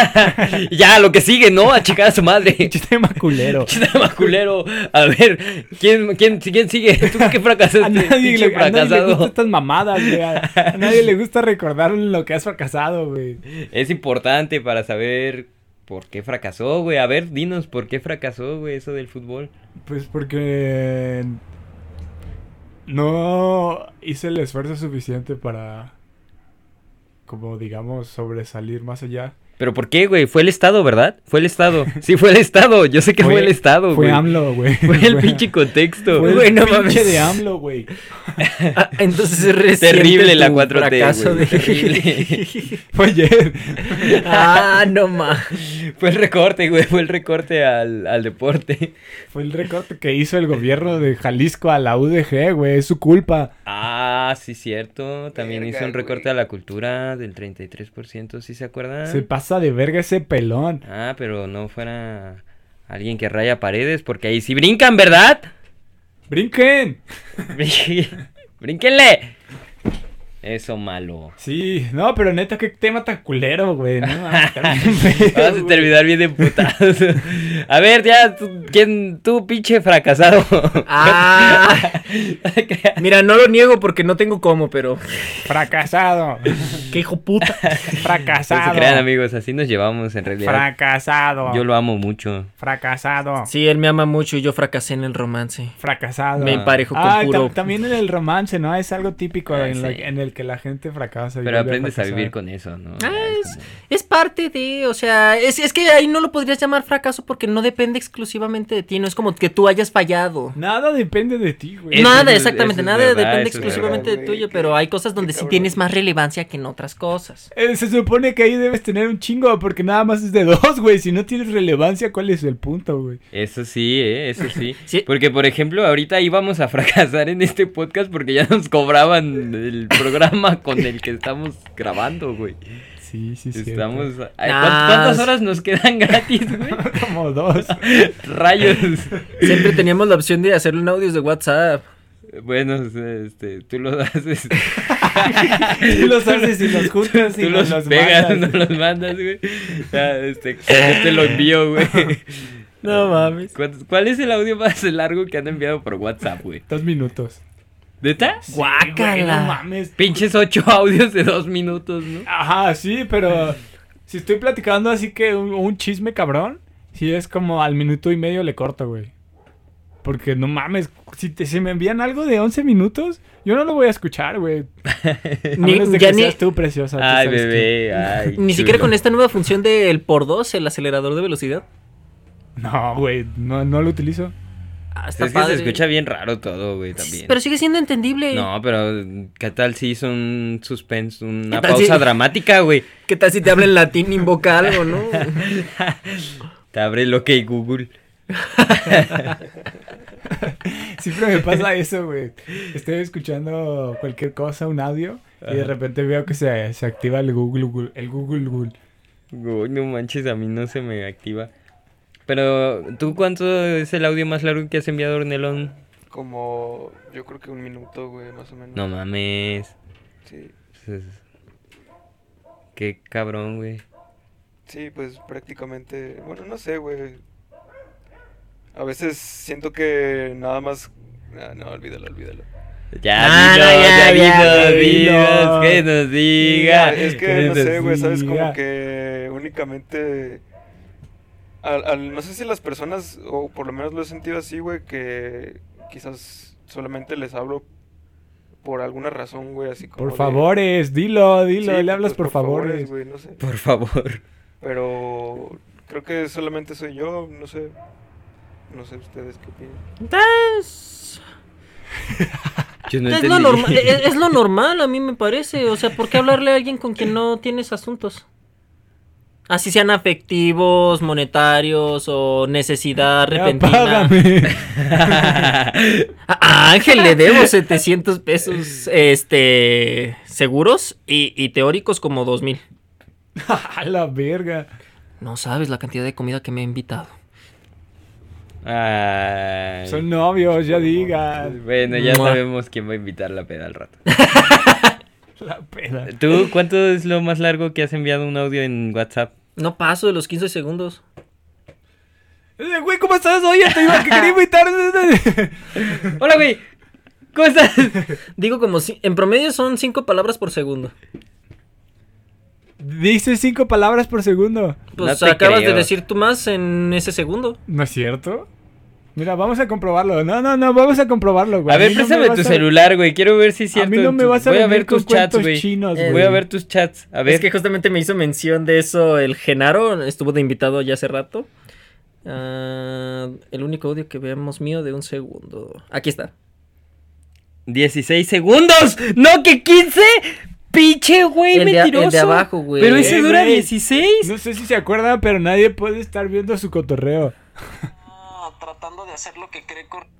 [SPEAKER 3] ya, lo que sigue, ¿no? A checar a su madre.
[SPEAKER 1] Chiste maculero.
[SPEAKER 3] Chiste más culero. A ver, ¿quién, quién, quién sigue? ¿Tú qué fracasaste?
[SPEAKER 1] A nadie,
[SPEAKER 3] Este, Pinche
[SPEAKER 1] le, a nadie le gustan
[SPEAKER 3] fracasado.
[SPEAKER 1] estas mamadas, güey. A, a nadie le gusta recordar lo que has fracasado, güey.
[SPEAKER 3] Es importante para saber por qué fracasó, güey. A ver, dinos por qué fracasó, güey, eso del fútbol.
[SPEAKER 1] Pues porque no hice el esfuerzo suficiente para, como digamos, sobresalir más allá.
[SPEAKER 3] Pero ¿por qué, güey? Fue el Estado, ¿verdad? Fue el Estado. Sí, fue el Estado. Yo sé que fue, el Estado,
[SPEAKER 1] Fue
[SPEAKER 3] güey.
[SPEAKER 1] AMLO, güey.
[SPEAKER 3] Fue el pinche contexto.
[SPEAKER 1] Fue el
[SPEAKER 2] Güey, no
[SPEAKER 1] pinche
[SPEAKER 2] mames.
[SPEAKER 1] de AMLO, güey.
[SPEAKER 2] Ah, entonces es reciente
[SPEAKER 3] Terrible la
[SPEAKER 2] tu
[SPEAKER 3] 4T,
[SPEAKER 2] fracaso de-
[SPEAKER 3] güey. Terrible.
[SPEAKER 1] Fue ayer.
[SPEAKER 2] ah, no más.
[SPEAKER 3] Fue el recorte, güey. Fue el recorte al, al deporte.
[SPEAKER 1] Fue el recorte que hizo el gobierno de Jalisco a la UDG, güey. Es su culpa.
[SPEAKER 3] Ah, sí, cierto. También
[SPEAKER 4] Verga,
[SPEAKER 3] hizo un recorte
[SPEAKER 4] güey.
[SPEAKER 3] a la cultura del 33%, ¿sí se acuerdan?
[SPEAKER 1] Se pasa de verga ese pelón.
[SPEAKER 3] Ah, pero no fuera Alguien que raya paredes, porque ahí sí brincan, ¿verdad?
[SPEAKER 1] ¡Brinquen!
[SPEAKER 3] Brin- ¡Brínquenle! Eso malo.
[SPEAKER 1] Sí, no, pero neta, qué tema tan culero, güey. No, Ah, mames, está bien feo,
[SPEAKER 3] Vamos a
[SPEAKER 1] güey.
[SPEAKER 3] terminar bien emputados. A ver, ya, tú, ¿quién, tú pinche fracasado.
[SPEAKER 2] Ah, mira, no lo niego porque no tengo cómo, pero.
[SPEAKER 1] Fracasado.
[SPEAKER 2] ¡Qué hijo puta!
[SPEAKER 1] Fracasado.
[SPEAKER 3] No Pues se crean, amigos, así nos llevamos en realidad.
[SPEAKER 1] Fracasado.
[SPEAKER 3] Yo lo amo mucho.
[SPEAKER 1] Fracasado.
[SPEAKER 2] Sí, él me ama mucho y yo fracasé en el romance.
[SPEAKER 1] Fracasado.
[SPEAKER 2] Me emparejo con
[SPEAKER 1] Ah,
[SPEAKER 2] puro.
[SPEAKER 1] tam- también en el romance, ¿no? Es algo típico
[SPEAKER 3] Ah,
[SPEAKER 1] en, la-
[SPEAKER 3] sí.
[SPEAKER 1] en el que la gente fracasa. y
[SPEAKER 3] Pero
[SPEAKER 1] vuelve
[SPEAKER 3] aprendes a
[SPEAKER 1] fracasar.
[SPEAKER 3] vivir con eso, ¿no?
[SPEAKER 2] Ah,
[SPEAKER 3] Ya, es
[SPEAKER 2] es-
[SPEAKER 3] como-
[SPEAKER 2] Es parte de, o sea, es, es que ahí no lo podrías llamar fracaso porque no depende exclusivamente de ti, no es como que tú hayas fallado.
[SPEAKER 1] Nada depende de ti, güey.
[SPEAKER 3] Eso No.
[SPEAKER 2] nada,
[SPEAKER 3] es-
[SPEAKER 2] exactamente,
[SPEAKER 3] eso es
[SPEAKER 2] nada
[SPEAKER 3] verdad,
[SPEAKER 2] depende
[SPEAKER 3] eso es
[SPEAKER 2] exclusivamente
[SPEAKER 4] verdad,
[SPEAKER 2] de
[SPEAKER 4] güey,
[SPEAKER 2] tuyo,
[SPEAKER 4] qué-
[SPEAKER 2] pero hay cosas donde
[SPEAKER 4] qué
[SPEAKER 2] sí
[SPEAKER 4] cabrón.
[SPEAKER 2] tienes más relevancia que en otras cosas.
[SPEAKER 1] Eh, Se supone que ahí debes tener un chingo, porque nada más es de dos, güey. Si no tienes relevancia, ¿cuál es el punto, güey?
[SPEAKER 3] Eso sí, ¿eh? Eso sí.
[SPEAKER 2] Sí.
[SPEAKER 3] Porque, por ejemplo, ahorita íbamos a fracasar en este podcast porque ya nos cobraban el programa con el que estamos grabando, güey.
[SPEAKER 1] Sí, sí, sí.
[SPEAKER 3] Estamos... Ay,
[SPEAKER 2] Nah,
[SPEAKER 3] ¿cuán- ¿Cuántas
[SPEAKER 2] s-
[SPEAKER 3] horas nos quedan gratis, güey?
[SPEAKER 1] Como dos.
[SPEAKER 3] Rayos.
[SPEAKER 2] Siempre teníamos la opción de hacerlo en audios de WhatsApp.
[SPEAKER 3] Bueno, este, tú los haces...
[SPEAKER 1] Tú los haces y los juntas y
[SPEAKER 3] Tú
[SPEAKER 1] nos
[SPEAKER 3] los,
[SPEAKER 1] los
[SPEAKER 3] pegas,
[SPEAKER 1] mandas.
[SPEAKER 3] no los mandas, güey. Ya, este, yo te lo envío, güey.
[SPEAKER 2] No mames.
[SPEAKER 3] ¿Cuántos- ¿Cuál es el audio más largo que han enviado por WhatsApp, güey?
[SPEAKER 1] Dos minutos.
[SPEAKER 3] ¿Neta?
[SPEAKER 1] Güey, no
[SPEAKER 2] Guácala.
[SPEAKER 1] mames.
[SPEAKER 3] Pinches ocho audios de dos minutos, ¿no?
[SPEAKER 1] Ajá, sí, pero si estoy platicando así que un, un chisme cabrón, si es como al minuto y medio le corto, güey. Porque no mames, si, te, si me envían algo de 11 minutos, yo no lo voy a escuchar, güey. A
[SPEAKER 2] Ni-
[SPEAKER 1] menos de
[SPEAKER 2] ya
[SPEAKER 1] que
[SPEAKER 2] ni-
[SPEAKER 1] seas tú, preciosa. tú
[SPEAKER 3] Ay,
[SPEAKER 1] sabes
[SPEAKER 3] bebé, ay.
[SPEAKER 2] Ni siquiera
[SPEAKER 3] chulo.
[SPEAKER 2] con esta nueva función del por 2, el acelerador de velocidad.
[SPEAKER 1] que- No, güey, no, no lo utilizo.
[SPEAKER 2] Ah, está
[SPEAKER 3] Es que se
[SPEAKER 2] padre.
[SPEAKER 3] escucha bien raro todo, güey,
[SPEAKER 2] Sí,
[SPEAKER 3] también.
[SPEAKER 2] Pero sigue siendo entendible.
[SPEAKER 3] No, pero ¿qué tal si hizo un suspense, una
[SPEAKER 2] ¿Qué tal
[SPEAKER 3] pausa
[SPEAKER 2] si-
[SPEAKER 3] dramática, güey?
[SPEAKER 2] ¿Qué tal si te habla en latín, invoca algo, no?
[SPEAKER 3] Te abre el OK Google.
[SPEAKER 1] Siempre me pasa eso, güey. Estoy escuchando cualquier cosa, un audio, y de
[SPEAKER 3] Ajá.
[SPEAKER 1] repente veo que se, se activa el Google, Google- el Google, Google.
[SPEAKER 3] Uy, no manches, a mí no se me activa. Pero, ¿tú cuánto es el audio más largo que has enviado, Ornelón?
[SPEAKER 4] Como yo creo que un minuto, güey, más o menos.
[SPEAKER 3] No mames.
[SPEAKER 4] Sí,
[SPEAKER 3] Pues, Qué cabrón, güey.
[SPEAKER 4] sí, pues prácticamente, bueno, no sé, güey. A veces siento que nada más... Ah, no, olvídalo, olvídalo.
[SPEAKER 3] Ya,
[SPEAKER 2] Ah,
[SPEAKER 3] dinos,
[SPEAKER 2] no,
[SPEAKER 3] ya,
[SPEAKER 2] ya, ya,
[SPEAKER 3] dinos, dinos,
[SPEAKER 1] dinos.
[SPEAKER 3] que nos diga.
[SPEAKER 4] Es
[SPEAKER 1] que
[SPEAKER 4] que no sé, güey, sabes
[SPEAKER 1] decía.
[SPEAKER 4] como que únicamente... al- al- no sé si las personas, o por lo menos lo he sentido así, güey, que quizás solamente les hablo por alguna razón, güey, así como...
[SPEAKER 1] Por
[SPEAKER 4] de-
[SPEAKER 1] favores, dilo, dilo,
[SPEAKER 4] Sí,
[SPEAKER 1] le hablas
[SPEAKER 4] pues,
[SPEAKER 1] por, favores.
[SPEAKER 4] güey, no sé.
[SPEAKER 3] Por favor.
[SPEAKER 4] Pero creo que solamente soy yo, no sé. No sé ustedes qué opinan.
[SPEAKER 2] Es,
[SPEAKER 3] Yo no
[SPEAKER 2] es
[SPEAKER 3] entendí.
[SPEAKER 2] lo normal, es, es lo normal, a mí me parece. O sea, ¿por qué hablarle a alguien con quien no tienes asuntos? Así sean afectivos, monetarios o necesidad
[SPEAKER 1] Ya,
[SPEAKER 2] repentina.
[SPEAKER 1] págame.
[SPEAKER 2] A a Ángel le debo 700 pesos este seguros y, y teóricos como 2000.
[SPEAKER 1] A la verga.
[SPEAKER 2] No sabes la cantidad de comida que me ha invitado.
[SPEAKER 3] Ay.
[SPEAKER 1] Son novios, ya diga.
[SPEAKER 3] Bueno, ya
[SPEAKER 2] Mua.
[SPEAKER 3] sabemos quién va a invitar la peda al rato.
[SPEAKER 1] La peda.
[SPEAKER 3] ¿Tú cuánto es lo más largo que has enviado un audio en WhatsApp?
[SPEAKER 2] No paso de los 15 segundos.
[SPEAKER 1] Eh, Güey, ¿cómo estás? Oye, te iba que quería invitar.
[SPEAKER 3] Hola, güey. ¿Cómo estás?
[SPEAKER 2] Digo como si, en promedio son 5 palabras por segundo.
[SPEAKER 1] Dice cinco palabras por segundo.
[SPEAKER 2] Pues
[SPEAKER 3] No te
[SPEAKER 2] acabas
[SPEAKER 3] creo.
[SPEAKER 2] de decir tú más en ese segundo.
[SPEAKER 1] ¿No es cierto? Mira, vamos a comprobarlo. No, no, no, vamos a comprobarlo, güey.
[SPEAKER 3] A ver,
[SPEAKER 1] mí no me
[SPEAKER 3] préstame
[SPEAKER 1] vas
[SPEAKER 3] tu
[SPEAKER 1] a-
[SPEAKER 3] celular, güey. Quiero ver si es
[SPEAKER 1] A
[SPEAKER 3] cierto.
[SPEAKER 1] mí no me
[SPEAKER 3] Tu-
[SPEAKER 1] vas a
[SPEAKER 3] Voy a
[SPEAKER 1] venir
[SPEAKER 3] ver
[SPEAKER 1] con
[SPEAKER 3] tus chats,
[SPEAKER 1] cuentos
[SPEAKER 3] güey.
[SPEAKER 1] chinos,
[SPEAKER 3] Eh,
[SPEAKER 1] güey.
[SPEAKER 3] Voy a ver tus chats. A ver.
[SPEAKER 2] Es que justamente me hizo mención de eso el Genaro, estuvo de invitado ya hace rato. Ah, el único audio que veamos mío de un segundo. Aquí está.
[SPEAKER 3] 16 segundos. No, que 15. Pinche, güey,
[SPEAKER 2] El de a- el de
[SPEAKER 3] mentiroso.
[SPEAKER 2] abajo, güey.
[SPEAKER 3] Pero ese
[SPEAKER 1] Eh,
[SPEAKER 3] dura
[SPEAKER 1] güey.
[SPEAKER 3] 16.
[SPEAKER 1] No sé si se acuerdan, pero nadie puede estar viendo su cotorreo.
[SPEAKER 5] tratando de hacer lo que cree correcto.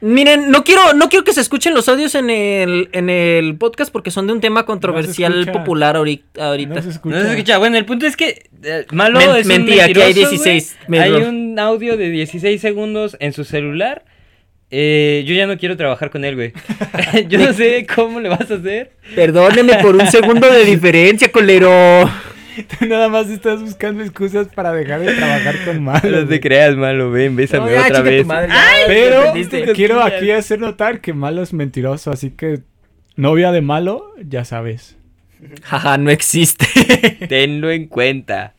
[SPEAKER 2] Miren, no quiero, no quiero que se escuchen los audios en el, en el podcast porque son de un tema controversial
[SPEAKER 1] escucha.
[SPEAKER 2] popular ahori- ahorita.
[SPEAKER 1] No se escucha.
[SPEAKER 3] No se escucha. Bueno, el punto es que eh, Malo
[SPEAKER 2] Men-
[SPEAKER 3] es
[SPEAKER 2] mentí,
[SPEAKER 3] un
[SPEAKER 2] aquí hay
[SPEAKER 3] mentiroso, güey.
[SPEAKER 2] 16, me
[SPEAKER 3] Hay
[SPEAKER 2] error.
[SPEAKER 3] un audio de 16 segundos en su celular. Eh, yo ya no quiero trabajar con él, güey. yo no sé cómo le vas a hacer.
[SPEAKER 2] Perdóneme por un segundo de diferencia, colero.
[SPEAKER 1] Tú nada más estás buscando excusas para dejar de trabajar con Malo.
[SPEAKER 3] No te
[SPEAKER 1] güey.
[SPEAKER 3] creas, Malo. Ven, bésame otra vez.
[SPEAKER 1] Pero
[SPEAKER 3] Entendiste.
[SPEAKER 1] quiero aquí hacer notar que Malo es mentiroso, así que novia de Malo, ya sabes.
[SPEAKER 2] Jaja, no existe.
[SPEAKER 3] Tenlo en cuenta.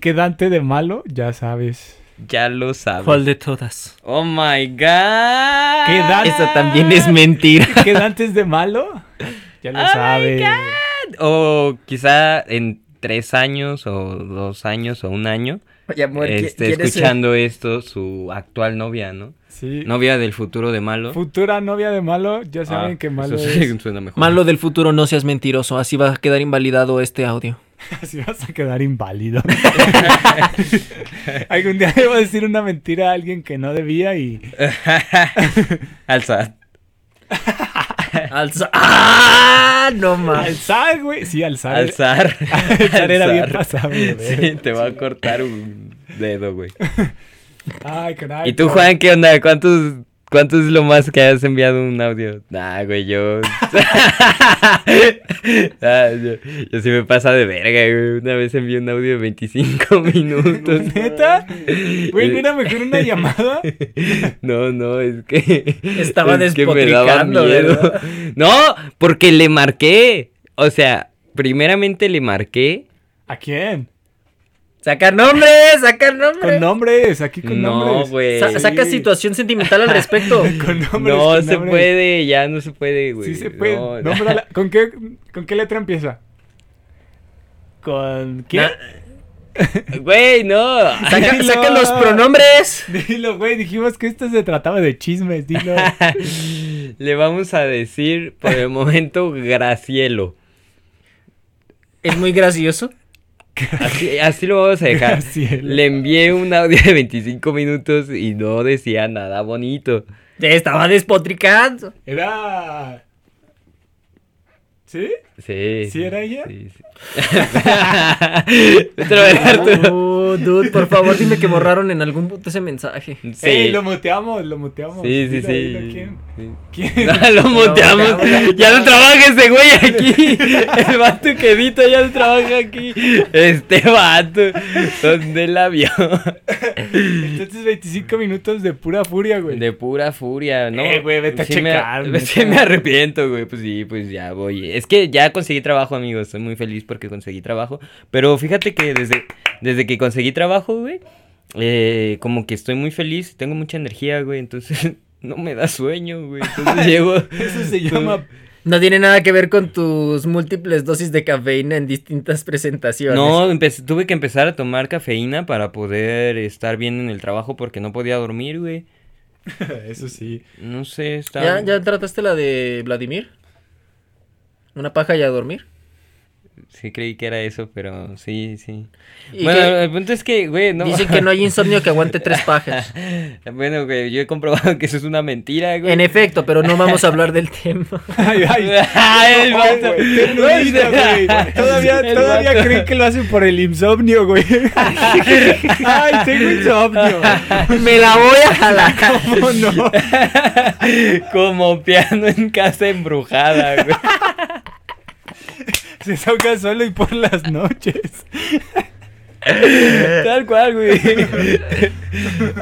[SPEAKER 1] Quedante de Malo, ya sabes.
[SPEAKER 3] Ya lo sabes.
[SPEAKER 2] ¿Cuál de todas?
[SPEAKER 3] Oh my god.
[SPEAKER 1] ¿Qué edad?
[SPEAKER 2] Esa también es mentira.
[SPEAKER 1] Quedantes de Malo, ya lo
[SPEAKER 3] Oh my
[SPEAKER 1] sabes.
[SPEAKER 3] O quizá en tres años o dos años o un año
[SPEAKER 2] Este,
[SPEAKER 3] esté escuchando esto su actual novia, ¿no?
[SPEAKER 1] Sí.
[SPEAKER 3] Novia del futuro de Malo.
[SPEAKER 1] Futura novia de Malo, ya Pues, saben
[SPEAKER 3] Ah,
[SPEAKER 1] que Malo
[SPEAKER 3] eso
[SPEAKER 1] es.
[SPEAKER 3] sí suena mejor.
[SPEAKER 2] Malo del futuro, no seas mentiroso. Así va a quedar invalidado este audio.
[SPEAKER 1] Así vas a quedar inválido. Algún día debo decir una mentira a alguien que no debía y
[SPEAKER 3] Alza.
[SPEAKER 2] Alza. ¡Ah! No más.
[SPEAKER 1] alzar, güey. Sí, alzar.
[SPEAKER 3] Alzar.
[SPEAKER 1] Alzar era bien pasado, güey.
[SPEAKER 3] Sí, te va a cortar un dedo, güey.
[SPEAKER 1] Ay, caray.
[SPEAKER 3] ¿Y tú, Juan, qué onda? ¿Cuántos, ¿Cuánto es lo más que has enviado un audio? Nah, güey, yo... Ah, yo, yo sí me pasa de verga, güey. Una vez envié un audio de 25 minutos.
[SPEAKER 1] ¿Neta? Güey,
[SPEAKER 3] Eh,
[SPEAKER 1] mira, mejor una llamada.
[SPEAKER 3] No, no, es que.
[SPEAKER 2] Estaba
[SPEAKER 3] es que me daba
[SPEAKER 2] despotricando,
[SPEAKER 3] miedo.
[SPEAKER 2] ¿verdad?
[SPEAKER 3] No, porque le marqué. O sea, primeramente le marqué.
[SPEAKER 1] ¿A quién?
[SPEAKER 2] Saca nombres, saca
[SPEAKER 1] Con
[SPEAKER 2] nombres.
[SPEAKER 1] nombres, aquí con
[SPEAKER 3] No,
[SPEAKER 1] nombres.
[SPEAKER 3] güey.
[SPEAKER 2] Sa- saca situación sentimental al respecto.
[SPEAKER 1] Con nombres.
[SPEAKER 3] No
[SPEAKER 1] con
[SPEAKER 3] se
[SPEAKER 1] nombres.
[SPEAKER 3] puede, ya no se puede, güey.
[SPEAKER 1] Sí se puede.
[SPEAKER 3] No,
[SPEAKER 1] Nómbrala. ¿Con, qué, ¿Con qué letra empieza? ¿Con qué?
[SPEAKER 2] Na-
[SPEAKER 3] Güey, no.
[SPEAKER 2] Saca,
[SPEAKER 1] Dilo.
[SPEAKER 2] saca los pronombres.
[SPEAKER 1] Dilo, güey. Dijimos que esto se trataba de chismes. Dilo.
[SPEAKER 3] le vamos a decir por el momento Gracielo.
[SPEAKER 2] Es muy gracioso.
[SPEAKER 3] Así, así lo vamos a dejar.
[SPEAKER 1] Gracielo.
[SPEAKER 3] Le envié un audio de 25 minutos y no decía nada bonito.
[SPEAKER 2] Te estaba despotricando.
[SPEAKER 1] Era. ¿Sí?
[SPEAKER 3] Sí.
[SPEAKER 1] ¿Sí era ella?
[SPEAKER 3] Sí, sí. Otra vez, Arturo.
[SPEAKER 2] Oh, dude, por favor, dime que borraron en algún punto ese mensaje.
[SPEAKER 3] Sí.
[SPEAKER 1] Ey, lo muteamos, lo muteamos.
[SPEAKER 3] sí, sí,
[SPEAKER 1] Dilo,
[SPEAKER 3] sí.
[SPEAKER 1] dilo, ¿quién?
[SPEAKER 3] Sí.
[SPEAKER 1] ¿Quién?
[SPEAKER 3] No, lo muteamos.
[SPEAKER 2] muteamos.
[SPEAKER 3] ya no trabaja ese güey aquí. El vato que edita ya no trabaja aquí. Este vato. ¿Dónde la vio?
[SPEAKER 1] Entonces 25 minutos de pura furia, güey.
[SPEAKER 3] De pura furia, ¿no?
[SPEAKER 1] Eh, güey, vete a
[SPEAKER 3] me-
[SPEAKER 1] checar,
[SPEAKER 3] Me, sí
[SPEAKER 1] neta.
[SPEAKER 3] me arrepiento, güey. Pues sí, pues ya voy. Es que ya conseguí trabajo, amigos. Estoy muy feliz porque conseguí trabajo. Pero fíjate que desde, desde que conseguí trabajo, güey, eh, como que estoy muy feliz. Tengo mucha energía, güey. Entonces no me da sueño, güey. Entonces llego.
[SPEAKER 1] Eso se llama.
[SPEAKER 2] No tiene nada que ver con tus múltiples dosis de cafeína en distintas presentaciones.
[SPEAKER 3] No, empecé- tuve que empezar a tomar cafeína para poder estar bien en el trabajo porque no podía dormir, güey.
[SPEAKER 1] Eso sí.
[SPEAKER 3] No sé, estaba...
[SPEAKER 2] ¿Ya, ¿Ya trataste la de Vladimir? ¿Una paja y a dormir?
[SPEAKER 3] Sí creí que era eso, pero sí, sí.
[SPEAKER 2] ¿Y
[SPEAKER 3] Bueno,
[SPEAKER 2] qué?
[SPEAKER 3] el punto es que, güey, no...
[SPEAKER 2] Dicen que no hay insomnio que aguante tres pajas.
[SPEAKER 3] Bueno, güey, yo he comprobado que eso es una mentira, güey.
[SPEAKER 2] En efecto, pero no vamos a hablar del tema.
[SPEAKER 1] Ay, ay.
[SPEAKER 3] Ay, el
[SPEAKER 1] No,
[SPEAKER 3] vato.
[SPEAKER 1] güey, qué nudita, güey. Todavía,
[SPEAKER 3] El
[SPEAKER 1] todavía
[SPEAKER 3] vato.
[SPEAKER 1] creen que lo hacen por el insomnio, güey. Ay, tengo insomnio.
[SPEAKER 2] Me la voy a jalar.
[SPEAKER 1] ¿Cómo no?
[SPEAKER 3] Como piano en casa embrujada, güey.
[SPEAKER 1] Se toca solo y por las noches.
[SPEAKER 3] Tal cual, güey.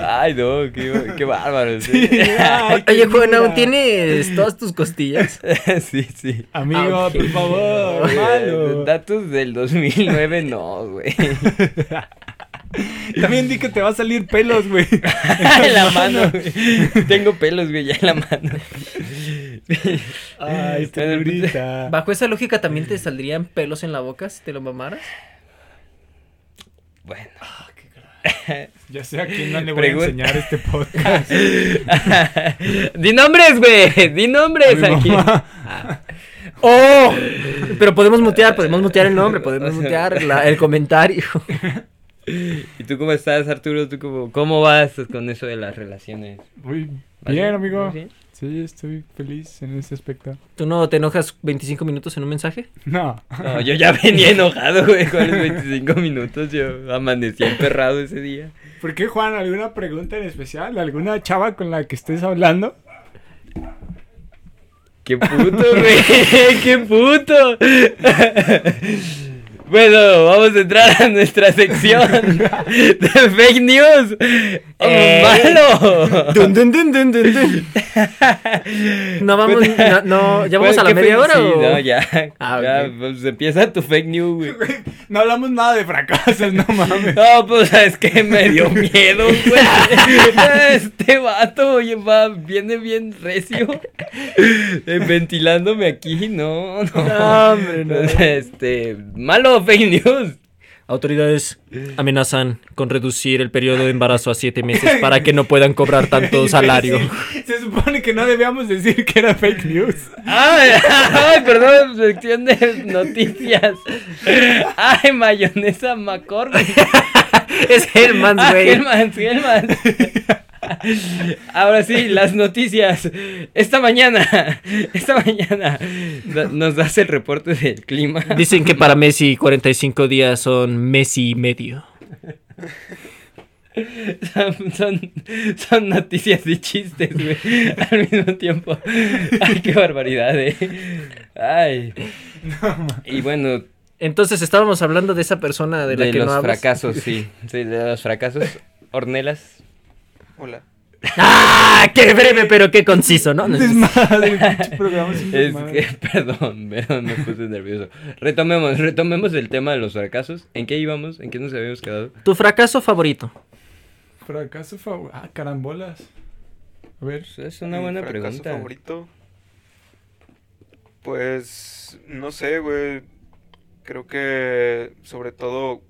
[SPEAKER 3] Ay, no, qué, qué bárbaro. Sí,
[SPEAKER 1] Ay, qué
[SPEAKER 2] Oye, Juan,
[SPEAKER 1] dura.
[SPEAKER 2] ¿aún tienes todas tus costillas?
[SPEAKER 3] sí. sí.
[SPEAKER 1] Amigo,
[SPEAKER 2] Ah, ok.
[SPEAKER 1] por favor,
[SPEAKER 3] Güey,
[SPEAKER 1] malo.
[SPEAKER 3] Datos del 2009, no, güey.
[SPEAKER 1] También di que te va a salir pelos, güey.
[SPEAKER 3] En la mano, güey. Tengo pelos, güey, ya en la mano.
[SPEAKER 1] Ay,
[SPEAKER 3] Pero-
[SPEAKER 1] ternurita.
[SPEAKER 2] Bajo esa lógica, ¿también te saldrían pelos en la boca si te lo mamaras?
[SPEAKER 3] Bueno.
[SPEAKER 1] Ya sé a quién no le voy a
[SPEAKER 3] Pregun-
[SPEAKER 1] enseñar este podcast.
[SPEAKER 3] Di nombres, güey. Di nombres
[SPEAKER 1] A mi
[SPEAKER 3] aquí.
[SPEAKER 1] mamá.
[SPEAKER 2] ¡Oh! Pero podemos mutear, podemos mutear el nombre, podemos mutear la- el comentario.
[SPEAKER 3] ¿Y tú cómo estás, Arturo? ¿Tú cómo, cómo vas con eso de las relaciones?
[SPEAKER 1] Muy
[SPEAKER 3] ¿Vas
[SPEAKER 1] bien, amigo.
[SPEAKER 3] ¿Vas bien?
[SPEAKER 1] Sí, estoy feliz en ese aspecto.
[SPEAKER 2] ¿Tú no te enojas 25 minutos en un mensaje?
[SPEAKER 1] No.
[SPEAKER 3] No, yo ya venía enojado, güey, con los 25 minutos. Yo amanecí emperrado ese día.
[SPEAKER 1] ¿Por qué, Juan? ¿Alguna pregunta en especial? ¿Alguna chava con la que estés hablando?
[SPEAKER 3] ¡Qué puto, güey! ¡Qué puto! Bueno, vamos a entrar a nuestra sección de fake news. ¡Oh,
[SPEAKER 2] Eh.
[SPEAKER 3] ¡Malo!
[SPEAKER 2] No vamos, no, no, ya vamos a la
[SPEAKER 3] ¿Qué
[SPEAKER 2] media
[SPEAKER 3] fake-
[SPEAKER 2] hora
[SPEAKER 3] Sí,
[SPEAKER 2] o...
[SPEAKER 3] no, ya.
[SPEAKER 2] Ah,
[SPEAKER 3] ya,
[SPEAKER 2] ok.
[SPEAKER 3] pues empieza tu fake news, güey.
[SPEAKER 1] No hablamos nada de fracasos, no mames.
[SPEAKER 3] No, pues es que me dio miedo, güey. Este vato, oye, va, viene bien recio. eh, Ventilándome aquí, no, no.
[SPEAKER 2] No, hombre, no.
[SPEAKER 3] Este, malo fake news.
[SPEAKER 2] Autoridades amenazan con reducir el periodo de embarazo a 7 meses para que no puedan cobrar tanto salario.
[SPEAKER 1] Se supone que no debíamos decir que era fake news.
[SPEAKER 3] Ay, ay, perdón, sección de noticias. Ay, mayonesa McCormick.
[SPEAKER 2] es Hellman's,
[SPEAKER 3] Ah,
[SPEAKER 2] güey.
[SPEAKER 3] Hellmann's, Hellmann's. Ahora sí, las noticias. Esta mañana, esta mañana da- nos das el reporte del clima.
[SPEAKER 2] Dicen que para Messi 45 días son Messi y medio.
[SPEAKER 3] Son, son, son noticias y chistes, güey, al mismo tiempo. Ay, qué barbaridad, eh. Ay. Y bueno,
[SPEAKER 2] Entonces estábamos hablando de esa persona de
[SPEAKER 3] de,
[SPEAKER 2] la que
[SPEAKER 3] los
[SPEAKER 2] no hablas.
[SPEAKER 3] fracasos, sí. Sí, de los fracasos. Ornelas.
[SPEAKER 4] Hola.
[SPEAKER 2] ¡Ah! ¡Qué breve, pero qué conciso, ¿no?
[SPEAKER 1] Desmadre, pinche programa sin
[SPEAKER 3] Es
[SPEAKER 1] desmadre.
[SPEAKER 3] que, perdón, perdón, me puse nervioso. Retomemos, retomemos el tema de los fracasos. ¿En qué íbamos? ¿En qué nos habíamos quedado?
[SPEAKER 2] Tu fracaso favorito.
[SPEAKER 1] Fracaso favorito. Ah, carambolas. A ver.
[SPEAKER 3] Pues es una
[SPEAKER 4] ¿Mi
[SPEAKER 3] buena
[SPEAKER 4] fracaso
[SPEAKER 3] pregunta.
[SPEAKER 4] favorito? Pues no sé, güey. Creo que sobre todo